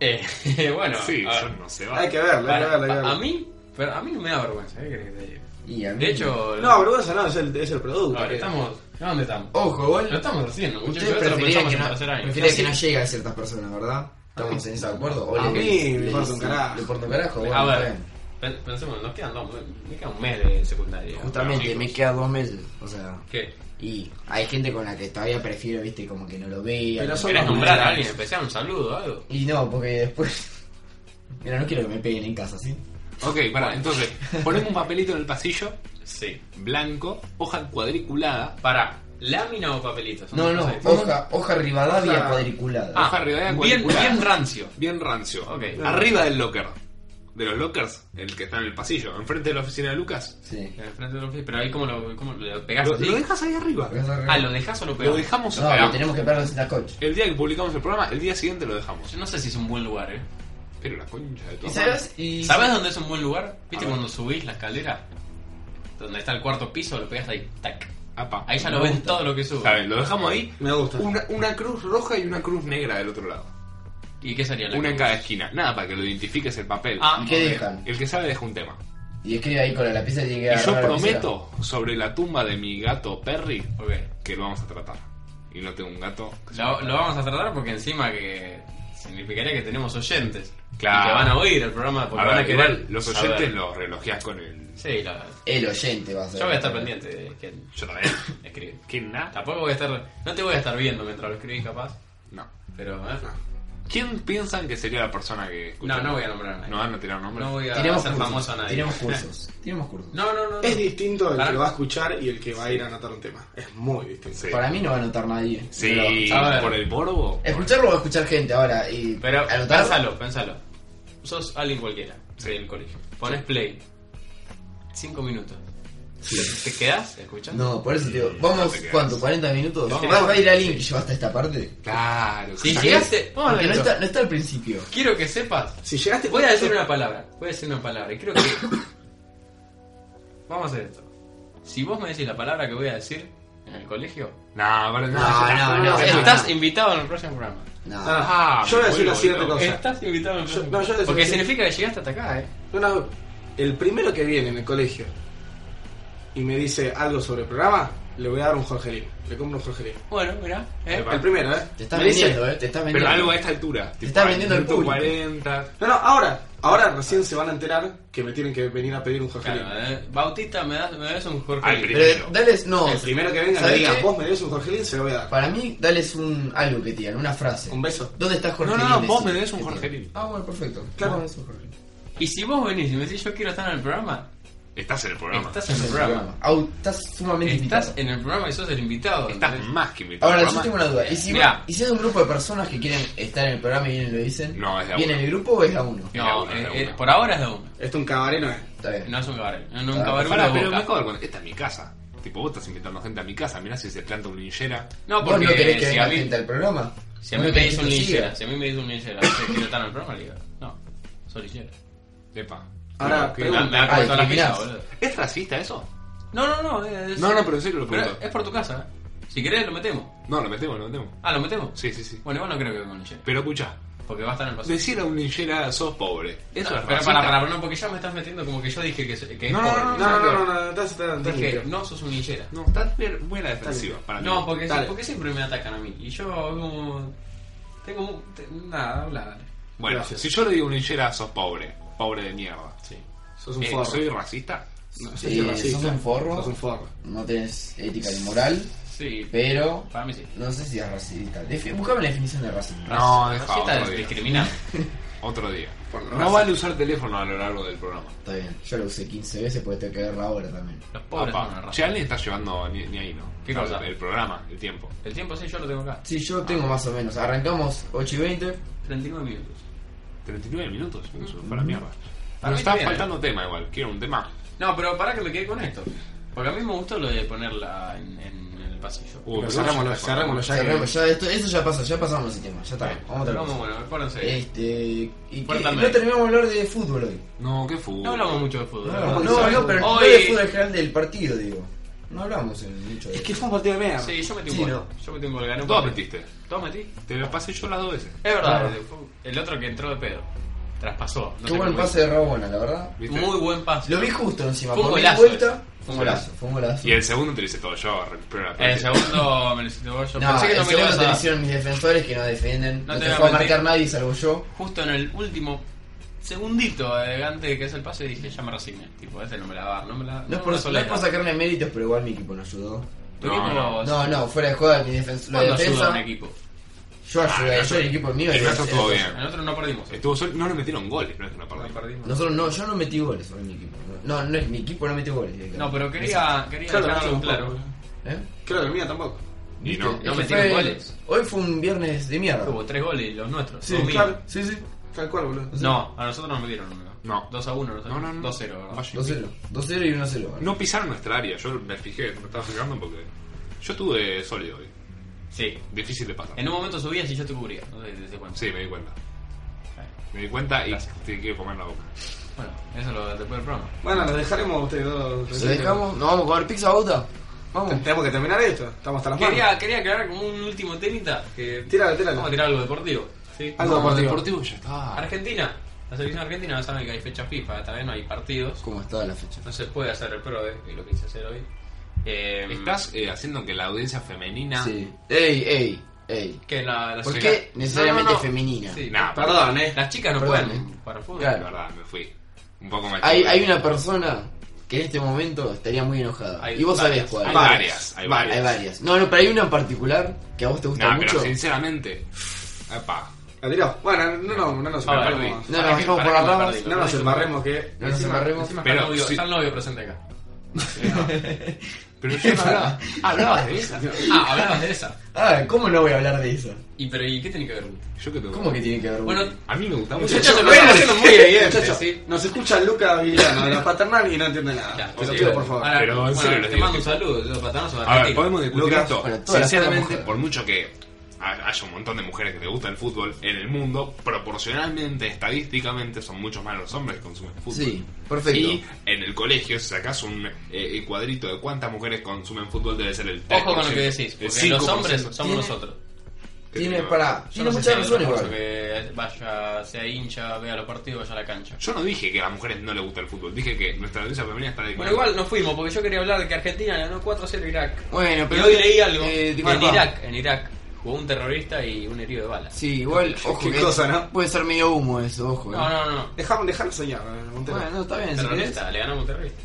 Speaker 4: Eh, bueno,
Speaker 5: sí,
Speaker 4: a,
Speaker 5: eso no se va.
Speaker 2: Hay que verlo, hay
Speaker 4: para-
Speaker 2: que verlo, hay que verlo.
Speaker 4: a mí, pero a mí no me da vergüenza. ¿qué querés que te diga?
Speaker 3: Y a mí-
Speaker 4: De hecho,
Speaker 2: No, vergüenza no, es el, es el producto.
Speaker 4: ahora
Speaker 2: que-
Speaker 4: estamos. ¿a ¿Dónde estamos?
Speaker 3: Ojo,
Speaker 4: Lo
Speaker 3: igual.
Speaker 4: estamos haciendo, muchachos.
Speaker 3: Ustedes
Speaker 4: Esto lo
Speaker 3: preferían
Speaker 4: pensamos
Speaker 3: que
Speaker 4: en
Speaker 3: no,
Speaker 4: hacer años.
Speaker 3: preferían que no llegue a ciertas personas, ¿verdad? Estamos en ese acuerdo. ¿O
Speaker 2: A
Speaker 3: le-
Speaker 2: mí me
Speaker 3: le-
Speaker 2: importa un carajo.
Speaker 3: Le importa un carajo, bueno,
Speaker 4: A
Speaker 3: está
Speaker 4: ver,
Speaker 3: bien.
Speaker 4: pen- pensemos, nos quedan dos, me queda un mes de secundaria.
Speaker 3: Justamente,
Speaker 4: Chicos.
Speaker 3: me quedan dos meses. O sea.
Speaker 4: ¿Qué?
Speaker 3: Y hay gente con la que todavía prefiero, viste, como que no lo vea.
Speaker 2: Pero
Speaker 3: no-
Speaker 2: son-
Speaker 4: ¿Querés nombrar a alguien especial? ¿Un saludo o algo?
Speaker 3: Y no, porque después. Mira, no quiero que me peguen en casa, ¿sí?
Speaker 5: Ok, pará, entonces, ponemos un papelito en el pasillo,
Speaker 4: Sí.
Speaker 5: blanco, hoja cuadriculada,
Speaker 4: Pará, ¿lámina o papelito? Son
Speaker 3: No,
Speaker 4: dos
Speaker 3: no,
Speaker 4: cosas diferentes.
Speaker 3: hoja, hoja Rivadavia
Speaker 2: Hoja-
Speaker 3: cuadriculada.
Speaker 4: Ah,
Speaker 5: hoja arriba de
Speaker 4: bien,
Speaker 5: cuadriculada.
Speaker 4: bien rancio.
Speaker 5: Bien rancio.
Speaker 4: Ok.
Speaker 5: Arriba del locker. De los lockers, el que está en el pasillo, enfrente de la oficina de Lucas.
Speaker 3: Sí.
Speaker 4: En el Eh, frente del oficio, Pero ahí, ¿cómo lo, cómo lo pegás
Speaker 5: Lo,
Speaker 4: así?
Speaker 5: lo dejas ahí arriba.
Speaker 4: Ah, ¿lo dejás o lo pegás?
Speaker 5: Lo dejamos
Speaker 3: No,
Speaker 5: acá.
Speaker 3: lo tenemos que pegar en la coche.
Speaker 5: El día que publicamos el programa, el día siguiente lo dejamos.
Speaker 4: Yo no sé si es un buen lugar, ¿eh?
Speaker 5: Pero la concha de tu
Speaker 3: ¿Y
Speaker 5: madre.
Speaker 3: sabes? Y...
Speaker 4: ¿Sabés dónde es un buen lugar? ¿Viste cuando subís la escalera? Donde está el cuarto piso, lo pegás ahí, tac.
Speaker 5: Apa.
Speaker 4: Ahí ya
Speaker 3: Me
Speaker 4: lo ves
Speaker 3: gusta.
Speaker 4: todo lo que sube.
Speaker 5: Está bien, lo dejamos ahí.
Speaker 2: Me gusta.
Speaker 5: Una, una cruz roja y una cruz negra del otro lado.
Speaker 4: ¿Y qué sería la
Speaker 5: Una en
Speaker 4: cruz?
Speaker 5: cada esquina. Nada, para que lo identifiques el papel.
Speaker 4: Ah,
Speaker 3: ¿Qué
Speaker 4: ok.
Speaker 3: dejan?
Speaker 5: El que sabe deja un tema.
Speaker 3: Y escribe ahí con la lapicera y llega
Speaker 5: Y yo prometo sobre la tumba de mi gato Perry
Speaker 4: Ok.
Speaker 5: que lo vamos a tratar. Y no tengo un gato.
Speaker 4: Lo, lo vamos a tratar porque encima que significaría que tenemos oyentes.
Speaker 5: Claro.
Speaker 4: Y que van a oír el programa porque
Speaker 5: A
Speaker 4: van
Speaker 5: ver,
Speaker 4: a querer.
Speaker 5: igual los
Speaker 4: saber.
Speaker 5: oyentes los relojeás con el.
Speaker 4: Sí, la-
Speaker 3: El oyente va a ser.
Speaker 4: yo voy a estar pendiente de quién
Speaker 5: Yo también.
Speaker 4: escribe.
Speaker 5: ¿Quién nada?
Speaker 4: Tampoco voy a estar. No te voy a estar viendo mientras lo escribís, capaz.
Speaker 5: No.
Speaker 4: Pero. eh,
Speaker 5: ¿Quién piensan que sería la persona que escucha?
Speaker 4: No, no voy a nombrar a nadie.
Speaker 5: No van a tirar nombres.
Speaker 4: No voy a
Speaker 3: Tenemos
Speaker 4: hacer
Speaker 3: cursos.
Speaker 4: famoso a nadie.
Speaker 3: Tenemos cursos. Tenemos cursos.
Speaker 4: No, no, no. no.
Speaker 2: Es distinto el que
Speaker 4: Claro.
Speaker 2: lo va a escuchar y el que va a ir a anotar un tema. Es muy distinto.
Speaker 5: Sí.
Speaker 3: Para mí no va a anotar nadie.
Speaker 5: Sí,
Speaker 3: No lo va a escuchar.
Speaker 4: A ver.
Speaker 5: por el borbo.
Speaker 3: Escucharlo va a escuchar gente ahora. Y
Speaker 4: Pero
Speaker 3: anotarlo-
Speaker 4: pensalo, pensalo. Sos alguien cualquiera del colegio. Pones play. Cinco minutos. ¿Te quedás escuchando?
Speaker 3: No, por eso te digo.
Speaker 5: no
Speaker 3: Vamos,
Speaker 5: te quedas.
Speaker 3: ¿cuánto? ¿40 minutos?
Speaker 5: Vamos.
Speaker 3: Vamos a ir al link y llevaste esta parte.
Speaker 5: Claro,
Speaker 4: Si
Speaker 5: exacto.
Speaker 4: llegaste. vamos a
Speaker 3: Porque no
Speaker 4: verlo.
Speaker 3: está, no está al principio.
Speaker 4: Quiero que sepas
Speaker 2: Si llegaste...
Speaker 4: Voy a decir una palabra, voy a decir una palabra y creo que... Vamos a hacer esto. Si vos me decís la palabra que voy a decir en el colegio,
Speaker 5: No, pero no,
Speaker 3: No,
Speaker 5: ya-
Speaker 3: no, no,
Speaker 4: estás invitado en el próximo programa.
Speaker 3: No.
Speaker 2: Ah,
Speaker 5: Ah,
Speaker 2: yo voy a decir
Speaker 5: me
Speaker 2: la siguiente
Speaker 5: vuelvo
Speaker 2: cosa.
Speaker 4: estás invitado en el
Speaker 2: yo-
Speaker 4: próximo
Speaker 2: no, yo
Speaker 4: programa.
Speaker 2: decía-
Speaker 4: Porque significa que llegaste hasta acá, ¿eh?
Speaker 2: Una- el primero que viene en el colegio y me dice algo sobre el programa, le voy a dar un Jorgelín. Le compro un Jorgelín.
Speaker 4: Bueno, mirá, ¿eh?
Speaker 5: Va.
Speaker 2: El primero, ¿eh?
Speaker 3: Te estás
Speaker 2: Me dice-
Speaker 3: vendiendo, eh. Te estás vendiendo.
Speaker 5: Pero algo a esta altura.
Speaker 3: Te está vendiendo el público.
Speaker 5: 40.
Speaker 2: No, no, ahora. Ahora recién se van a enterar que me tienen que venir a pedir un Jorgelín.
Speaker 4: Claro, ¿eh? Bautista, me das, me das un Jorge.
Speaker 5: Al
Speaker 4: Luis.
Speaker 5: pri-
Speaker 3: Pero dales, no.
Speaker 2: El primero que venga y
Speaker 3: ¿Sabés
Speaker 2: diga,
Speaker 3: qué?
Speaker 2: vos me des un Jorgelín, se lo voy a dar.
Speaker 3: Para mí, dales un algo que tiran, una frase.
Speaker 2: Un beso.
Speaker 3: ¿Dónde estás Jorge?
Speaker 5: No, no, no,
Speaker 3: Lin?
Speaker 5: vos
Speaker 3: Decí.
Speaker 5: me debes un
Speaker 3: ¿Qué
Speaker 5: Jorge
Speaker 3: tiene?
Speaker 5: Lin.
Speaker 3: Ah, bueno, perfecto.
Speaker 2: Claro.
Speaker 3: Vos me debes un Jorge Lin.
Speaker 4: Y si vos venís y me decís yo quiero estar en el programa,
Speaker 5: Estás en el programa. Estás,
Speaker 4: Estás en el programa.
Speaker 3: Au, estás sumamente
Speaker 4: Estás
Speaker 3: invitado.
Speaker 4: en el programa y sos el invitado. ¿entendés?
Speaker 5: más que invitado.
Speaker 3: Ahora,
Speaker 5: al
Speaker 3: yo
Speaker 5: programa.
Speaker 3: tengo una duda. ¿Y si,
Speaker 4: Mirá.
Speaker 3: ¿Y si es un grupo de personas que quieren estar en el programa y vienen y lo dicen?
Speaker 5: No, es de a
Speaker 3: ¿Viene
Speaker 5: uno.
Speaker 3: en el grupo o es a uno?
Speaker 5: Es la
Speaker 4: No,
Speaker 5: una, es la
Speaker 4: eh, eh,
Speaker 5: una.
Speaker 4: por ahora es de uno.
Speaker 2: Esto un cabaret no es.
Speaker 3: Está bien.
Speaker 4: No es un cabaret. No, no es un
Speaker 3: Pará,
Speaker 4: cabaret
Speaker 5: Pará,
Speaker 4: de
Speaker 5: pero me
Speaker 4: boca.
Speaker 5: acabo de acordar, Esta es mi casa. Tipo, vos estás invitando gente a mi casa. Mirá si se planta un linchera.
Speaker 4: No,
Speaker 3: ¿Vos
Speaker 4: porque
Speaker 3: no querés que
Speaker 4: si
Speaker 3: venga
Speaker 4: a mí,
Speaker 3: gente al programa?
Speaker 4: si a
Speaker 3: ¿Vos
Speaker 4: mí
Speaker 3: no
Speaker 4: me
Speaker 3: querés
Speaker 4: dice
Speaker 3: que
Speaker 4: un
Speaker 3: te
Speaker 4: linchera,
Speaker 3: siga?
Speaker 4: si a mí me dice un linchera, ¿te quiero estar en el programa? Le digo, no, soy linchera.
Speaker 5: Epa.
Speaker 2: Ahora,
Speaker 5: No, que-
Speaker 4: Me, me
Speaker 2: pregunta.
Speaker 4: va a comer
Speaker 3: Ah,
Speaker 4: toda la
Speaker 3: discriminás.
Speaker 4: pizza, boludo.
Speaker 5: ¿Es racista eso?
Speaker 4: No, no, no. Es,
Speaker 5: No, no, pero en serio lo
Speaker 4: pero
Speaker 5: pregunto.
Speaker 4: es por tu casa. eh. Si querés, lo metemos.
Speaker 5: No, lo metemos, lo metemos.
Speaker 4: Ah, ¿lo metemos?
Speaker 5: Sí, sí, sí.
Speaker 4: Bueno, igual no creo que venga un linchera.
Speaker 5: Pero escuchá,
Speaker 4: Porque va a estar en el pasado.
Speaker 5: decir a un linchera sos pobre. Eso
Speaker 4: No,
Speaker 5: es
Speaker 4: pero
Speaker 5: racista.
Speaker 4: para, para, no, porque ya me estás metiendo como que yo dije que, se- que es
Speaker 5: No,
Speaker 4: pobre.
Speaker 2: No, no,
Speaker 5: No, no,
Speaker 2: no, no,
Speaker 5: no,
Speaker 2: no, estás, estás, estás
Speaker 4: Dije,
Speaker 2: limpio.
Speaker 4: no sos un linchera.
Speaker 5: No, está bien, buena defensiva
Speaker 2: Está
Speaker 5: para mí.
Speaker 4: No, porque,
Speaker 2: Dale.
Speaker 4: porque siempre me atacan a mí. Y yo como... Tengo... un- te- nada, habla, dale.
Speaker 5: Bueno,
Speaker 2: Gracias.
Speaker 5: si yo le digo a un linchera sos pobre. Pobre de mierda.
Speaker 4: Sí.
Speaker 2: Sos un
Speaker 5: Eh,
Speaker 2: forro.
Speaker 5: ¿Soy racista?
Speaker 2: No,
Speaker 3: Sí,
Speaker 2: sos racista.
Speaker 3: sos un forro.
Speaker 2: Sos un forro.
Speaker 3: No tenés ética ni moral,
Speaker 4: Sí.
Speaker 3: pero
Speaker 4: Para mí sí.
Speaker 3: no sé si es racista. Defi- Buscame la definición de racismo.
Speaker 5: No,
Speaker 4: Raci-
Speaker 5: deja,
Speaker 4: racista
Speaker 5: otro
Speaker 4: es
Speaker 5: día.
Speaker 4: discriminante.
Speaker 5: Otro día.
Speaker 2: Por
Speaker 5: No
Speaker 2: raza.
Speaker 5: vale usar teléfono a lo largo del programa.
Speaker 3: Está bien, yo lo usé 15 veces porque tengo que verla ahora también.
Speaker 4: Los pobres
Speaker 5: Apa.
Speaker 4: son una
Speaker 5: Che,
Speaker 4: raza.
Speaker 5: alguien está llevando ni, ni ahí, ¿no?
Speaker 4: ¿Qué
Speaker 5: Claro,
Speaker 4: cosa?
Speaker 5: El programa, el tiempo.
Speaker 4: El tiempo sí, yo lo tengo acá.
Speaker 3: Sí, yo tengo más o menos. Arrancamos 8 y 20.
Speaker 4: 39 minutos.
Speaker 5: 39 minutos, eso, para mierda.
Speaker 4: Mm. Para mí
Speaker 5: Nos está
Speaker 4: está bien,
Speaker 5: faltando tema igual, quiero un tema.
Speaker 4: No, pero pará que me quedé con esto. Porque a mí me gustó lo de ponerla en, en- en el pasillo.
Speaker 2: Pero
Speaker 5: Uh, pero
Speaker 2: cerrémoslo,
Speaker 5: ya-
Speaker 2: cerrémoslo ya.
Speaker 3: Cerremos, ya esto, esto ya pasó, ya pasamos el tema, ya
Speaker 4: ah,
Speaker 3: está. Vamos a otra
Speaker 4: Vamos,
Speaker 3: cosa.
Speaker 4: bueno, pónganse.
Speaker 3: Este, y que-
Speaker 4: Cuéntame.
Speaker 3: no terminamos de hablar de fútbol hoy.
Speaker 5: No, qué fútbol.
Speaker 4: No hablamos mucho de fútbol.
Speaker 3: No,
Speaker 4: ¿verdad?
Speaker 3: hablamos- no, no, pero no
Speaker 4: Hoy-
Speaker 3: de fútbol en general del partido, digo. No hablamos en mucho de
Speaker 2: Es que fue un partido de mierda.
Speaker 4: Sí, yo metí un
Speaker 3: Sí,
Speaker 4: gol.
Speaker 3: no.
Speaker 4: Yo metí un gol, gané un
Speaker 5: Todos
Speaker 4: partido.
Speaker 5: metiste.
Speaker 4: Todos metí.
Speaker 5: Te lo pasé yo las dos veces.
Speaker 4: Es verdad,
Speaker 3: Claro.
Speaker 4: el otro que entró de pedo. Traspasó. No
Speaker 3: Qué
Speaker 4: sé
Speaker 3: buen
Speaker 4: cómo
Speaker 3: pase de Rabona, la verdad.
Speaker 4: hizo.
Speaker 5: ¿Viste?
Speaker 4: Muy buen pase.
Speaker 3: Lo vi justo encima,
Speaker 4: Fue un
Speaker 3: por mi
Speaker 4: golazo
Speaker 3: vuelta.
Speaker 4: ese.
Speaker 3: Fue un golazo, fue un golazo.
Speaker 5: Y el segundo te lo hice todo yo, recupero la
Speaker 4: El
Speaker 5: pelota.
Speaker 4: segundo me lo hiciste vos, yo.
Speaker 3: No,
Speaker 4: Pensé que
Speaker 3: el
Speaker 4: no me lo
Speaker 3: segundo
Speaker 4: ibas a
Speaker 3: te lo
Speaker 4: dar.
Speaker 3: hicieron mis defensores que no defienden.
Speaker 4: No
Speaker 3: No,
Speaker 4: te
Speaker 3: te
Speaker 4: voy a
Speaker 3: fue a
Speaker 4: mentir.
Speaker 3: marcar nadie salvo yo.
Speaker 4: Justo en el último segundito eh, antes de que es el pase dije, ya me resigné. Tipo, este no me la va a dar, no me la
Speaker 3: No es
Speaker 4: me la
Speaker 3: por, no es
Speaker 4: solera.
Speaker 3: por sacarme méritos, pero igual mi equipo no ayudó.
Speaker 4: Tu
Speaker 5: No,
Speaker 4: equipo,
Speaker 5: no.
Speaker 3: No, no, fuera de juego mi defensa. La
Speaker 4: ¿Cuándo Oh, ayuda a un
Speaker 3: defensa.
Speaker 4: equipo? Ah,
Speaker 3: Yo ayudé, yo el equipo mío.
Speaker 5: El
Speaker 3: era-
Speaker 5: nuestro
Speaker 3: era-
Speaker 5: estuvo bien.
Speaker 4: En otro no perdimos.
Speaker 5: Estuvo solo, no le metieron goles, no es que no
Speaker 4: No,
Speaker 5: perdimos.
Speaker 4: perdimos.
Speaker 3: Nosotros no, yo no metí goles sobre mi equipo. No, no, mi equipo no metió goles. directamente.
Speaker 4: No, pero quería, quería
Speaker 2: Claro,
Speaker 4: dejarlo
Speaker 2: no,
Speaker 4: claro.
Speaker 3: ¿Eh?
Speaker 2: Creo que el mío tampoco.
Speaker 5: Y
Speaker 3: ¿Viste?
Speaker 5: no.
Speaker 3: Es que
Speaker 4: metieron
Speaker 3: fue-
Speaker 4: goles.
Speaker 3: Hoy fue un viernes de mierda.
Speaker 4: Hubo tres goles los nuestros.
Speaker 3: Sí,
Speaker 4: dos míos.
Speaker 2: claro.
Speaker 3: Sí, sí.
Speaker 2: Tal cual, boludo.
Speaker 4: No, a nosotros nos metieron uno.
Speaker 5: No.
Speaker 4: 2 a 1,
Speaker 5: No, no, no.
Speaker 4: 2 a 0, ¿verdad?
Speaker 5: Vaya.
Speaker 3: 2-0. 2-0 y 1-0.
Speaker 5: No pisaron nuestra área, yo me fijé, me estaba fijando porque. Yo estuve sólido hoy.
Speaker 4: Sí.
Speaker 5: Difícil de pasar.
Speaker 4: En un momento subías y yo te cubría. No sé si te cuento.
Speaker 5: Sí, me di cuenta.
Speaker 4: Ahí.
Speaker 5: Me di cuenta y
Speaker 4: Gracias.
Speaker 5: te quiero comer la boca.
Speaker 3: Mm.
Speaker 4: Bueno, eso es lo de después del programa.
Speaker 2: Bueno, los dejaremos a ustedes dos.
Speaker 3: ¿Se pues dejamos? ¿Nos vamos a comer pizza, Bota? Vamos.
Speaker 2: Tenemos que terminar esto. Estamos hasta las manos.
Speaker 4: Quería, quería aclarar como un último temita que
Speaker 2: Tíralo,
Speaker 4: vamos a
Speaker 2: tíralo.
Speaker 4: tirar algo deportivo. ¿sí?
Speaker 2: Algo
Speaker 5: No,
Speaker 2: deportivo.
Speaker 5: deportivo ya
Speaker 3: Ah.
Speaker 5: está.
Speaker 4: Argentina, la selección argentina saben que hay fecha FIFA, tal vez no hay partidos,
Speaker 3: ¿Cómo está la fecha?
Speaker 4: no se puede hacer el pro, que es lo que hice hacer hoy. Eh,
Speaker 5: Estás eh, haciendo que la audiencia femenina.
Speaker 3: Sí. Ey, ey, ey.
Speaker 4: que la, Ah. la
Speaker 3: ¿Por
Speaker 4: sociedad-
Speaker 3: qué necesariamente
Speaker 4: No, no, no.
Speaker 3: femenina?
Speaker 4: Sí,
Speaker 5: Nah,
Speaker 4: pa-
Speaker 2: Perdón, eh.
Speaker 4: Las chicas no
Speaker 3: Perdón,
Speaker 4: pueden
Speaker 3: eh.
Speaker 4: para el fútbol.
Speaker 5: La
Speaker 3: Claro.
Speaker 5: verdad, me fui. Un poco más.
Speaker 3: Hay, hay una persona que en este momento estaría muy enojada.
Speaker 4: Hay
Speaker 3: y vos
Speaker 4: varias,
Speaker 3: sabés cuál.
Speaker 5: Hay
Speaker 3: Va-
Speaker 5: varias, hay varias.
Speaker 3: Hay varias. No, no, pero hay una en particular que a vos te gusta
Speaker 5: Nah,
Speaker 3: mucho.
Speaker 5: pero sinceramente. Epa.
Speaker 2: La tiró. Bueno, no, no, no nos
Speaker 4: Ahora,
Speaker 2: embarremos.
Speaker 4: perdí.
Speaker 3: No, no,
Speaker 4: Para que- para
Speaker 3: vamos por
Speaker 4: que
Speaker 3: las
Speaker 4: me
Speaker 3: ramas.
Speaker 4: perdí,
Speaker 2: No
Speaker 4: lo
Speaker 2: nos
Speaker 4: perdí.
Speaker 2: embarremos que.
Speaker 3: No nos
Speaker 4: Encima-
Speaker 3: embarremos.
Speaker 4: encima
Speaker 5: Pero
Speaker 4: está, el novio,
Speaker 5: sí.
Speaker 4: está el novio presente acá.
Speaker 5: Pero yo no hablaba. Hablabas de esa.
Speaker 4: Ah, hablabas de esa.
Speaker 3: Ah, ¿cómo no voy a hablar de eso?
Speaker 4: ¿Y, pero, ¿y qué tiene que ver? Guti?
Speaker 5: Yo que tengo.
Speaker 3: ¿Cómo que tiene que ver?
Speaker 4: Bueno,
Speaker 3: boludo?
Speaker 5: A mí me gusta mucho.
Speaker 2: Muchachos,
Speaker 4: se
Speaker 2: lo
Speaker 4: lo
Speaker 2: están
Speaker 4: está
Speaker 2: haciendo muy bien,
Speaker 4: haciendo,
Speaker 2: muchachos.
Speaker 4: sí.
Speaker 2: Nos escucha Luca Villano de la paternal y no entiende nada.
Speaker 4: Claro,
Speaker 2: Te lo
Speaker 4: sí,
Speaker 2: pido,
Speaker 4: bueno.
Speaker 2: por favor.
Speaker 4: Ahora,
Speaker 5: Pero en
Speaker 4: bueno,
Speaker 5: serio les
Speaker 4: te
Speaker 5: digo
Speaker 4: mando un
Speaker 5: que-
Speaker 4: saludo, los patanos son
Speaker 5: A ver,
Speaker 4: argentinos.
Speaker 5: podemos discutir
Speaker 2: Lucas,
Speaker 5: esto.
Speaker 3: para todas las
Speaker 5: Sinceramente,
Speaker 3: mujeres.
Speaker 5: por mucho que ha- haya un montón de mujeres que te gusta el fútbol, en el mundo, proporcionalmente, estadísticamente, son muchos más los hombres que consumen fútbol.
Speaker 3: Sí, perfecto.
Speaker 5: Y en el colegio, si sacas un eh, cuadrito de cuántas mujeres consumen fútbol, debe ser el 3%.
Speaker 4: Ojo con lo que decís,
Speaker 5: el
Speaker 4: porque los
Speaker 5: 5%.
Speaker 4: hombres somos
Speaker 3: Tiene-
Speaker 4: nosotros.
Speaker 3: Tiene para.
Speaker 4: Yo
Speaker 3: Tiene
Speaker 4: no sé si
Speaker 3: muchas
Speaker 4: hay otra
Speaker 3: razones,
Speaker 4: cosa
Speaker 3: boludo.
Speaker 4: que vaya, sea hincha, vea los partidos, vaya a la cancha.
Speaker 5: Yo no dije que a las mujeres no les gusta el fútbol, dije que nuestra audiencia femenina está de
Speaker 4: Bueno, igual nos fuimos, porque yo quería hablar de que Argentina ganó 4-0 Irak.
Speaker 3: Bueno,
Speaker 4: Y
Speaker 3: pero.
Speaker 4: hoy leí algo.
Speaker 3: Eh,
Speaker 4: en
Speaker 3: disculpa.
Speaker 4: Irak, en Irak, jugó un terrorista y un herido de bala.
Speaker 3: Sí, igual, ojo
Speaker 2: Qué
Speaker 3: que
Speaker 2: cosa, ¿no?
Speaker 3: puede ser medio humo eso, ojo.
Speaker 4: No,
Speaker 3: eh.
Speaker 4: no, no, no.
Speaker 2: Dejamos, dejarlo soñar, eh, Montero.
Speaker 3: Bueno, no, está bien, si querés.
Speaker 4: Terrorista, le ganamos un terrorista.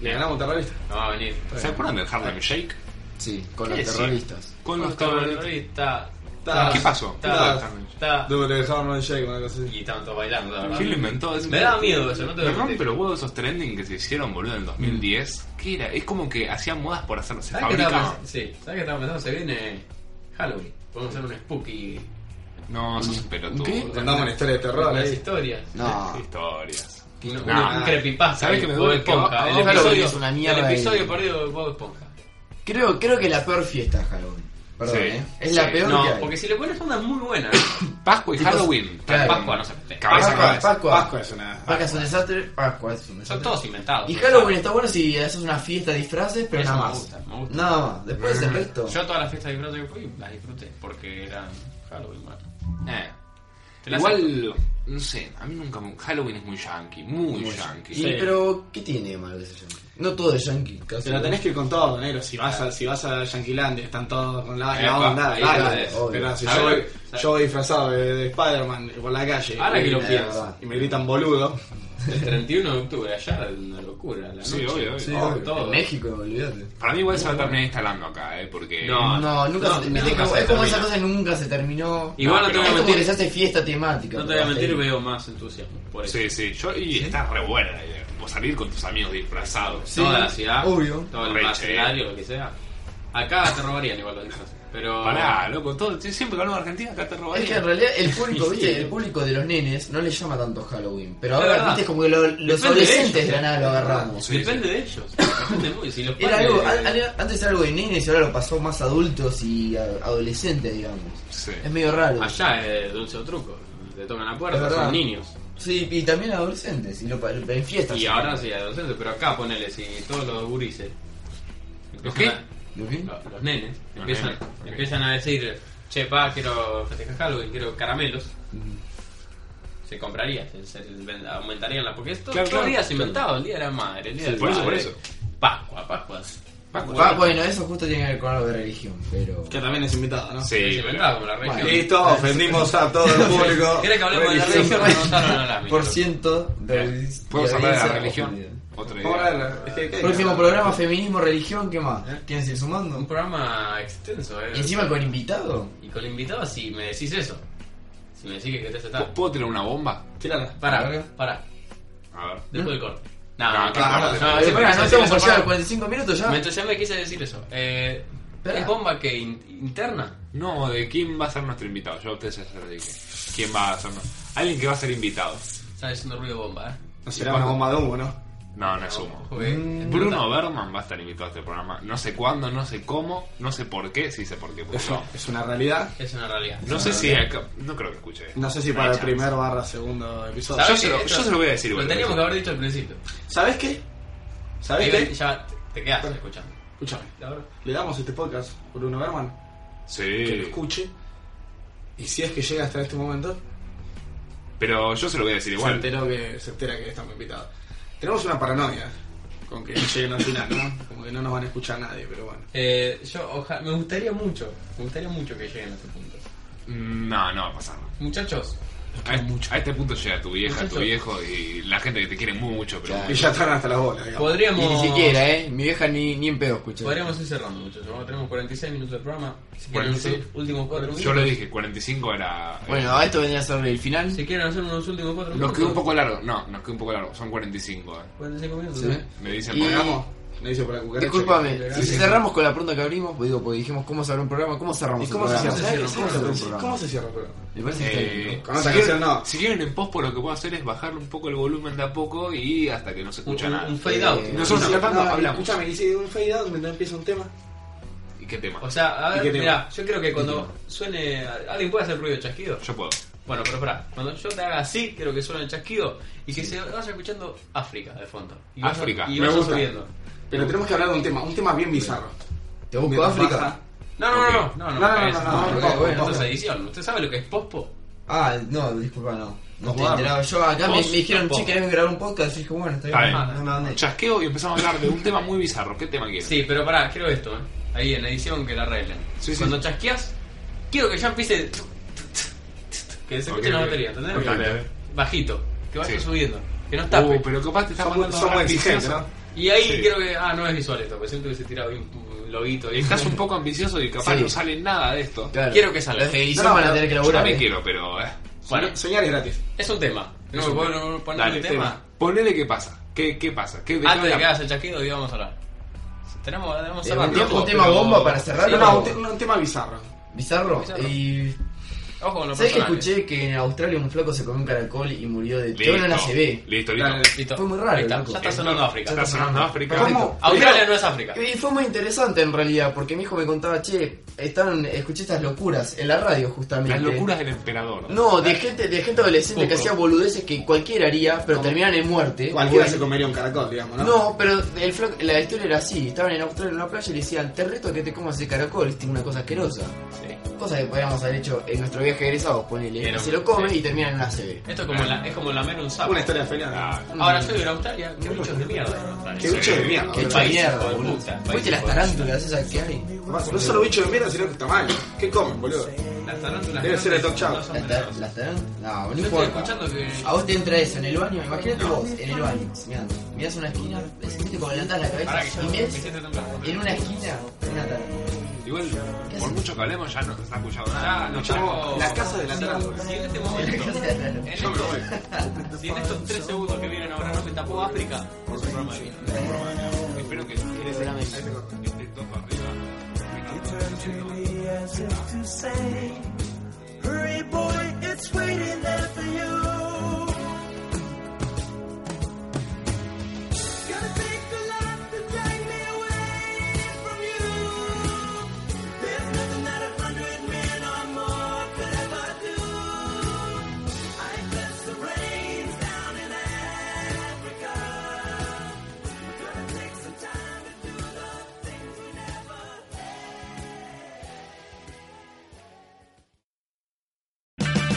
Speaker 2: Le ganamos terrorista.
Speaker 4: No va a venir.
Speaker 5: ¿Se acuerdan del Harlem Shake?
Speaker 3: Sí, con
Speaker 5: ¿Qué
Speaker 3: los
Speaker 5: decir?
Speaker 3: terroristas.
Speaker 5: Con los
Speaker 4: Los
Speaker 5: terroristas.
Speaker 4: terroristas. Ta-
Speaker 5: ¿Qué pasó? ¿Qué
Speaker 4: ta-
Speaker 5: pasó de Sandwich?
Speaker 4: ta-
Speaker 2: Double Harmon Shake, una cosa así.
Speaker 4: Y estaban todos bailando, la verdad.
Speaker 5: ¿Quién lo inventó? Es
Speaker 4: Me
Speaker 5: un-
Speaker 4: daba miedo eso, no te voy
Speaker 5: Me
Speaker 4: a
Speaker 5: rompe
Speaker 4: mentir. Mm.
Speaker 5: los huevos esos trending que se hicieron, boludo, en el 2010. ¿Qué era? Es como que hacían modas por hacer,
Speaker 4: ¿Sabes
Speaker 5: se
Speaker 4: qué estaba
Speaker 5: fabricaban.
Speaker 4: pensando? Sí, ¿sabes qué estaba pensando? Se viene Halloween. Podemos hacer un spooky.
Speaker 5: No, sos un pelotudo.
Speaker 3: ¿Qué?
Speaker 2: Contamos una historia de terror ¿eh?
Speaker 4: Las
Speaker 2: ahí.
Speaker 4: historias.
Speaker 3: No.
Speaker 5: Historias.
Speaker 4: Un,
Speaker 5: No.
Speaker 4: un creepypasta.
Speaker 5: ¿Sabes que me duele
Speaker 4: Bob Esponja.
Speaker 5: que va-
Speaker 4: El
Speaker 5: Halloween
Speaker 4: episodio,
Speaker 3: es una mierda
Speaker 4: el
Speaker 3: y-
Speaker 4: episodio perdido de Bob Esponja.
Speaker 3: Creo, creo que la peor fiesta es Halloween. Perdón,
Speaker 5: Sí.
Speaker 3: ¿eh? Es
Speaker 5: Sí.
Speaker 3: la peor
Speaker 4: No,
Speaker 3: que hay.
Speaker 4: porque si le pones ondas muy buenas.
Speaker 5: Pascua y
Speaker 3: Tipos-
Speaker 5: Halloween.
Speaker 3: Claro.
Speaker 4: Pascua no se mete.
Speaker 5: Cabeza a
Speaker 3: Pascua,
Speaker 5: cabeza.
Speaker 3: Pascua.
Speaker 2: Pascua es una.
Speaker 3: Pascua es un desastre. Pascua es un
Speaker 4: Son
Speaker 3: desastre.
Speaker 4: todos inventados.
Speaker 3: Y
Speaker 4: ¿no?
Speaker 3: Halloween está bueno si haces una fiesta de disfraces, pero
Speaker 4: Eso
Speaker 3: nada
Speaker 4: me
Speaker 3: más.
Speaker 4: gusta, me gusta. Mm.
Speaker 3: Nada más. Después el resto.
Speaker 4: Yo todas las fiestas de disfrute que fui las disfruté porque eran Halloween, man.
Speaker 5: Eh.
Speaker 4: Te la
Speaker 5: Igual, no sé, a mí nunca me... Halloween es muy yankee, muy,
Speaker 3: Muy
Speaker 5: yankee.
Speaker 3: yankee.
Speaker 4: Sí.
Speaker 3: Y, pero, ¿qué tiene de malo ese yankee? No todo es yankee, casi.
Speaker 2: Pero tenés que ir con todo, negro. Si vas a, si vas a Yanquilandia, están todos con la, la
Speaker 4: Epa,
Speaker 2: onda.
Speaker 4: ahí
Speaker 2: dale.
Speaker 4: la tenés.
Speaker 2: Pero si
Speaker 4: A
Speaker 2: yo voy,
Speaker 4: ver,
Speaker 2: yo voy disfrazado de, de Spider-Man por la calle
Speaker 4: Ahora que lo
Speaker 2: y-
Speaker 4: pienso.
Speaker 2: y me gritan boludo,
Speaker 4: El 31 de octubre, allá era una locura. La
Speaker 5: Sí,
Speaker 4: noche.
Speaker 5: obvio, obvio.
Speaker 3: Sí,
Speaker 4: Oh,
Speaker 3: obvio.
Speaker 4: todo.
Speaker 3: En México, olvídate.
Speaker 5: Para mí igual se va a terminar instalando acá, eh, porque...
Speaker 4: No,
Speaker 3: No, nunca
Speaker 4: no,
Speaker 3: se,
Speaker 4: nunca
Speaker 3: viste que
Speaker 4: se
Speaker 3: Es como
Speaker 4: termina.
Speaker 3: esa cosa que nunca se terminó.
Speaker 4: Igual no,
Speaker 5: No,
Speaker 4: te voy
Speaker 3: es
Speaker 4: a
Speaker 3: como que se
Speaker 4: mentir.
Speaker 3: hace fiesta temática.
Speaker 4: No te voy a
Speaker 3: pero
Speaker 4: mentir,
Speaker 3: hasta ahí.
Speaker 4: veo más entusiasmo por eso.
Speaker 5: Sí, sí, yo... Y está re buena la idea. Vos salir con tus amigos disfrazados.
Speaker 3: Sí,
Speaker 4: Toda la ciudad,
Speaker 3: obvio.
Speaker 4: todo el
Speaker 5: Reche.
Speaker 4: escenario, lo que sea. Acá te robarían igual los disfraces. Pero.
Speaker 5: Pará, loco, todo, siempre que hablamos de Argentina acá te robaría.
Speaker 3: Es que en realidad el público,
Speaker 4: Sí.
Speaker 3: viste, el público de los nenes no le llama tanto Halloween. Pero
Speaker 4: Es
Speaker 3: ahora,
Speaker 4: verdad.
Speaker 3: viste, es como que lo- los
Speaker 4: Depende de
Speaker 3: adolescentes
Speaker 4: ellos,
Speaker 3: de la nada lo agarramos.
Speaker 5: Sí,
Speaker 4: Depende de ellos. Depende muy. Si los
Speaker 3: Era
Speaker 4: padres-
Speaker 3: algo, al- al- antes era algo de nenes y ahora lo pasó más adultos y a- adolescentes, digamos.
Speaker 5: Sí.
Speaker 3: Es medio raro.
Speaker 4: Allá es dulce o truco. Te tocan la puerta,
Speaker 3: Es verdad.
Speaker 4: son niños.
Speaker 3: Sí, y también adolescentes, y lo, pa- en fiestas.
Speaker 4: Y ahora sí, adolescentes, pero acá ponele, si todos los gurises.
Speaker 5: ¿Los
Speaker 4: empiezan
Speaker 5: qué?
Speaker 4: a-
Speaker 3: ¿Lo qué?
Speaker 4: Lo- los nenes
Speaker 5: Los
Speaker 4: empiezan,
Speaker 5: nenes, ok.
Speaker 4: empiezan a decir, che, pa, quiero festejar Halloween, quiero caramelos. Se compraría, se, se ven- aumentarían la... Porque esto
Speaker 5: Claro,
Speaker 4: todo
Speaker 5: claro,
Speaker 4: día se inventaba, el día de la madre, el día
Speaker 5: Sí,
Speaker 4: del
Speaker 5: por eso, por
Speaker 4: padre.
Speaker 5: eso.
Speaker 4: Pascua, Pascua.
Speaker 3: Ah, bueno, eso justo tiene que ver con algo de religión, pero.
Speaker 2: que también es invitado, ¿no?
Speaker 4: Se
Speaker 5: Sí,
Speaker 4: inventaba como la religión.
Speaker 2: Listo, ofendimos a todo el público.
Speaker 4: ¿Querés que hablemos de la religión? No, no, no, no, no.
Speaker 3: Por ciento de.
Speaker 5: ¿Podemos
Speaker 3: Eh,
Speaker 5: hablar de
Speaker 3: de
Speaker 5: la
Speaker 3: audiencia
Speaker 5: religión?
Speaker 3: ofendida.
Speaker 5: Otra
Speaker 2: Vamos a eh,
Speaker 5: idea.
Speaker 2: verla. Es que- que-
Speaker 3: Próximo programa, feminismo, religión, ¿qué más?
Speaker 4: ¿Eh?
Speaker 3: ¿Quieres ir
Speaker 4: Un
Speaker 3: sumando?
Speaker 4: programa extenso, eh.
Speaker 3: Y encima con invitado.
Speaker 4: Y con invitados, si me decís eso. Si me decís que querés estar...
Speaker 5: ¿Puedo tirar una bomba?
Speaker 2: Tírala.
Speaker 3: A
Speaker 4: Pará,
Speaker 3: ver.
Speaker 4: pará.
Speaker 5: A ver.
Speaker 4: Después del corte. No,
Speaker 5: No,
Speaker 4: no,
Speaker 5: que
Speaker 4: no,
Speaker 5: estamos
Speaker 4: no,
Speaker 5: en-
Speaker 4: no,
Speaker 3: Ah,
Speaker 4: sí,
Speaker 3: espera,
Speaker 4: sí,
Speaker 3: no
Speaker 4: sí,
Speaker 3: estamos
Speaker 4: eso,
Speaker 3: por llegar a
Speaker 4: pará.
Speaker 3: 45 minutos ya.
Speaker 4: Me entusiasmé, quise decir eso. Eh,
Speaker 3: Esperá.
Speaker 4: ¿Es bomba que in- interna?
Speaker 5: No, de quién va a ser nuestro invitado. Yo a ustedes ya se lo dije. ¿Quién va a ser nuestro? Alguien que va a ser invitado.
Speaker 4: Está haciendo ruido bomba, ¿eh?
Speaker 2: No será una bomba de humo, ¿no?
Speaker 5: No, no es humo.
Speaker 4: Ojo que-
Speaker 5: Bruno Berman va a estar invitado a este programa. No sé cuándo, no sé cómo, no sé por qué. Sí sé por qué. porque
Speaker 2: Es,
Speaker 5: no.
Speaker 2: es una realidad.
Speaker 4: Es una realidad.
Speaker 5: No sé si acá- no creo que escuche.
Speaker 2: No sé si
Speaker 5: hay
Speaker 2: para el
Speaker 5: chance.
Speaker 2: primer barra segundo episodio.
Speaker 4: ¿Sabes qué?
Speaker 5: Yo se lo-
Speaker 4: Esto
Speaker 5: yo se lo voy a decir,
Speaker 4: Lo
Speaker 5: boludo.
Speaker 4: teníamos que haber dicho al principio.
Speaker 2: ¿Sabes qué? ¿Sabes
Speaker 4: Ahí
Speaker 2: qué?
Speaker 4: Ya te quedas escuchando.
Speaker 2: Escúchame.
Speaker 4: La verdad.
Speaker 2: Le damos este podcast a Bruno Berman. que lo
Speaker 5: Sí.
Speaker 2: escuche. Y si es que llega hasta este momento,
Speaker 5: Pero yo se lo voy a decir
Speaker 2: se,
Speaker 5: igual.
Speaker 2: enteró que, se entera que estamos invitados. Tenemos una paranoia con que lleguen al final, ¿no? Como que no nos van a escuchar nadie, pero bueno.
Speaker 4: Eh, yo oja- me gustaría mucho, me gustaría mucho que lleguen a este punto.
Speaker 5: Mm, No, no va a pasar.
Speaker 4: Muchachos,
Speaker 5: A, este- a este punto llega tu vieja, tu viejo y la gente que te quiere mucho, pero
Speaker 3: Claro.
Speaker 2: Y ya están hasta las bolas, digamos.
Speaker 3: Y
Speaker 4: podríamos...
Speaker 3: ni siquiera, eh. Mi vieja ni, ni en pedo
Speaker 5: eh.
Speaker 3: escucha.
Speaker 4: Podríamos ir cerrando, muchachos. ¿no? Tenemos 46 minutos de programa. Si quieren, los
Speaker 5: 46.
Speaker 4: últimos 4 minutos.
Speaker 5: yo le dije, 45 era... eh,
Speaker 3: Bueno, a esto vendría a ser el final.
Speaker 4: Si quieren hacer unos últimos 4 minutos.
Speaker 5: Nos quedó un poco largo, no, nos quedó un poco largo, son 45. eh.
Speaker 4: 45 minutos.
Speaker 3: Sí.
Speaker 4: ¿eh?
Speaker 5: Me dicen,
Speaker 3: Y-
Speaker 5: por
Speaker 2: Hagamos, me dice por la cucaracha.
Speaker 3: Disculpame,
Speaker 4: Sí,
Speaker 3: si
Speaker 4: sí.
Speaker 3: cerramos con la pregunta que abrimos, pues digo, porque dijimos cómo cerrar un programa, ¿cómo
Speaker 2: ¿Y
Speaker 3: cerramos
Speaker 2: cómo
Speaker 3: un
Speaker 2: se
Speaker 3: programa?
Speaker 2: cierra?
Speaker 3: ¿Sabes?
Speaker 2: ¿Sabes
Speaker 3: ¿Cómo
Speaker 2: ¿Cómo
Speaker 3: cerrar un
Speaker 2: se-
Speaker 3: programa?
Speaker 2: ¿Cómo se cierra el programa?
Speaker 3: Me parece que está
Speaker 5: Eh,
Speaker 3: bien,
Speaker 2: Con otra
Speaker 5: si, quieren,
Speaker 2: canción no.
Speaker 5: si quieren en pospo lo que puedo hacer es bajar un poco el volumen de a poco y hasta que no se
Speaker 4: Un,
Speaker 5: escucha
Speaker 4: un-
Speaker 5: nada.
Speaker 4: un fade out.
Speaker 3: Eh,
Speaker 5: Nosotros
Speaker 2: Y si-
Speaker 5: acá tanto
Speaker 2: no,
Speaker 5: hablamos.
Speaker 2: Escúchame, hice un fade out mientras empieza un tema.
Speaker 5: ¿Y qué tema?
Speaker 4: O sea, a
Speaker 2: ¿Y
Speaker 4: ver,
Speaker 2: qué tema?
Speaker 4: mira, yo creo que cuando suene. ¿Alguien puede hacer ruido de chasquido?
Speaker 5: Yo puedo.
Speaker 4: Bueno, pero pará, cuando yo te haga así, quiero que suene el chasquido y que se vaya escuchando África de fondo. Y vaya-
Speaker 5: África,
Speaker 4: y
Speaker 2: me
Speaker 4: vaya
Speaker 2: gusta.
Speaker 4: subiendo.
Speaker 2: Pero tenemos que hablar de un tema, un tema bien bizarro.
Speaker 3: ¿Te busco
Speaker 2: Mientras
Speaker 3: África?
Speaker 2: baja-
Speaker 4: No, no, no,
Speaker 5: Ok.
Speaker 4: no,
Speaker 2: No, no, no,
Speaker 4: no,
Speaker 2: no, no,
Speaker 3: no,
Speaker 4: no,
Speaker 3: bueno,
Speaker 4: Esto es
Speaker 3: bueno.
Speaker 4: edición. ¿Usted sabe lo que es pospo?
Speaker 3: Ah, no, disculpa, no. No estoy
Speaker 2: jugamos.
Speaker 3: enterado. Yo acá me, me
Speaker 4: Vos
Speaker 3: dijeron,
Speaker 4: tampoco.
Speaker 3: che, querés grabar un podcast. Y dije, bueno, está
Speaker 5: Está
Speaker 3: bien.
Speaker 5: bien.
Speaker 3: No me mandé.
Speaker 5: Chasqueo y empezamos a hablar de un tema muy bizarro. ¿Qué tema quieren?
Speaker 4: Sí, pero pará, quiero esto, ¿eh? Ahí en edición que la arreglen.
Speaker 5: Sí, sí.
Speaker 4: Cuando chasqueas, quiero que ya empiece. Que se escuche
Speaker 5: Ok,
Speaker 4: la
Speaker 5: ok.
Speaker 4: batería, ¿entendés?
Speaker 5: Ok, ok.
Speaker 4: Bajito, que vaya
Speaker 5: Sí.
Speaker 4: subiendo, que no tape.
Speaker 5: Uh, pero capaz te está
Speaker 2: Somos
Speaker 5: mandando
Speaker 2: somos
Speaker 5: ahora
Speaker 2: exigentes,
Speaker 5: ambicioso.
Speaker 2: ¿no?
Speaker 4: Y ahí
Speaker 5: Sí.
Speaker 4: creo que. Ah, no es visual esto, porque siento que se tira bien.
Speaker 5: un loguito. Y estás un poco ambicioso y capaz
Speaker 3: Sí.
Speaker 5: no sale nada de esto.
Speaker 3: Claro.
Speaker 4: Quiero que salga.
Speaker 3: Los de edición
Speaker 2: No, no,
Speaker 3: van a
Speaker 2: no,
Speaker 3: tener que
Speaker 5: Yo
Speaker 3: laburar.
Speaker 5: también
Speaker 3: eh.
Speaker 5: quiero, pero. Eh.
Speaker 4: Bueno,
Speaker 2: Soñar es gratis.
Speaker 4: es un tema. No
Speaker 5: Es
Speaker 4: me
Speaker 5: un
Speaker 4: puedo
Speaker 5: tema.
Speaker 4: poner
Speaker 5: Dale,
Speaker 4: un tema.
Speaker 5: Ponele qué pasa. ¿Qué, qué pasa? ¿Qué, de qué
Speaker 4: Antes de que
Speaker 5: habla?
Speaker 4: hagas el chasquido, y vamos a hablar. Tenemos, tenemos
Speaker 3: Eh,
Speaker 4: cerrar
Speaker 3: un
Speaker 4: tiempo,
Speaker 3: tema- un tema
Speaker 4: pero-
Speaker 3: bomba para cerrar.
Speaker 4: Sí,
Speaker 2: No,
Speaker 3: Claro.
Speaker 2: no, un, te- un tema bizarro.
Speaker 3: Bizarro.
Speaker 4: Bizarro.
Speaker 3: Y.
Speaker 4: Ojo con los
Speaker 3: ¿Sabes que
Speaker 4: personajes.
Speaker 3: escuché que en Australia un flaco se comió un caracol y murió de
Speaker 5: Listo.
Speaker 3: todo en una CB?
Speaker 5: Listo, listo.
Speaker 2: Dale.
Speaker 4: Listo.
Speaker 3: Fue muy raro,
Speaker 4: Ahí está,
Speaker 3: loco.
Speaker 4: Ya está sonando África.
Speaker 5: Está sonando África.
Speaker 2: ¿Cómo?
Speaker 4: Australia no es África.
Speaker 3: Y fue muy interesante en realidad, porque mi hijo me contaba, che, estaban, escuché estas locuras en la radio justamente.
Speaker 5: Las locuras del emperador.
Speaker 3: No, de gente, de gente adolescente que
Speaker 4: Poco.
Speaker 3: hacía boludeces que cualquiera haría, pero terminaban en muerte.
Speaker 2: Cualquiera
Speaker 3: Bueno,
Speaker 2: se comería un caracol, digamos, ¿no?
Speaker 3: No, pero el flaco- la historia era así, estaban en Australia en una playa y le decían, te reto que te comas ese caracol, es una cosa asquerosa.
Speaker 4: Sí.
Speaker 3: Cosa que podríamos haber hecho en nuestro viaje de egresados, ponele.
Speaker 4: Pero-
Speaker 3: Y se lo come
Speaker 4: sí.
Speaker 3: y termina en una CB.
Speaker 4: Esto es como, la, es como lamer un sapo.
Speaker 2: Una historia feliz.
Speaker 5: Ah,
Speaker 4: Ahora soy de Australia. Qué bichos de mierda en Australia.
Speaker 2: Qué bicho de mierda.
Speaker 3: Qué
Speaker 4: País,
Speaker 3: hecha
Speaker 4: hijo
Speaker 3: mierda,
Speaker 4: de
Speaker 3: boludo.
Speaker 4: puta, país,
Speaker 3: ¿Viste las
Speaker 4: hijo de-
Speaker 3: tarántulas esas que hay?
Speaker 2: Además, No solo bicho de mierda, sino que está mal. ¿Qué comen, boludo?
Speaker 4: Las tarántulas
Speaker 2: Debe ser el Doc Chow.
Speaker 4: no son
Speaker 3: ¿Las tar-
Speaker 4: venenosas.
Speaker 3: las tarántulas? No, no
Speaker 4: Yo estoy
Speaker 3: importa.
Speaker 4: escuchando que
Speaker 3: A vos te entra eso en el baño, imagínate vos en el baño, mirando, mirás una esquina, ves, viste como levantás la
Speaker 4: Pará, que
Speaker 3: cabeza
Speaker 4: yo
Speaker 3: y
Speaker 4: me
Speaker 3: ves
Speaker 4: hiciste temblar.
Speaker 3: en una esquina una tarántula.
Speaker 5: Igual,
Speaker 3: ¿Qué
Speaker 5: por
Speaker 3: haces?
Speaker 5: mucho que hablemos, ya no se está escuchando nada. No
Speaker 4: Chaco,
Speaker 2: la casa de la
Speaker 4: si-
Speaker 2: tarántula.
Speaker 4: Si en este momento, en
Speaker 5: Yo me voy.
Speaker 4: estos- si en estos tres segundos que vienen ahora no se tapó África, es un programa de mierda.
Speaker 5: Espero que que esté todo para Este arriba.
Speaker 6: as if to say, Hurry, boy, it's waiting there for you. Gonna take a lot to drag me away from you. There's nothing that a hundred men or more could ever do. I bless the rains down in Africa. Gonna take some time to do the things we never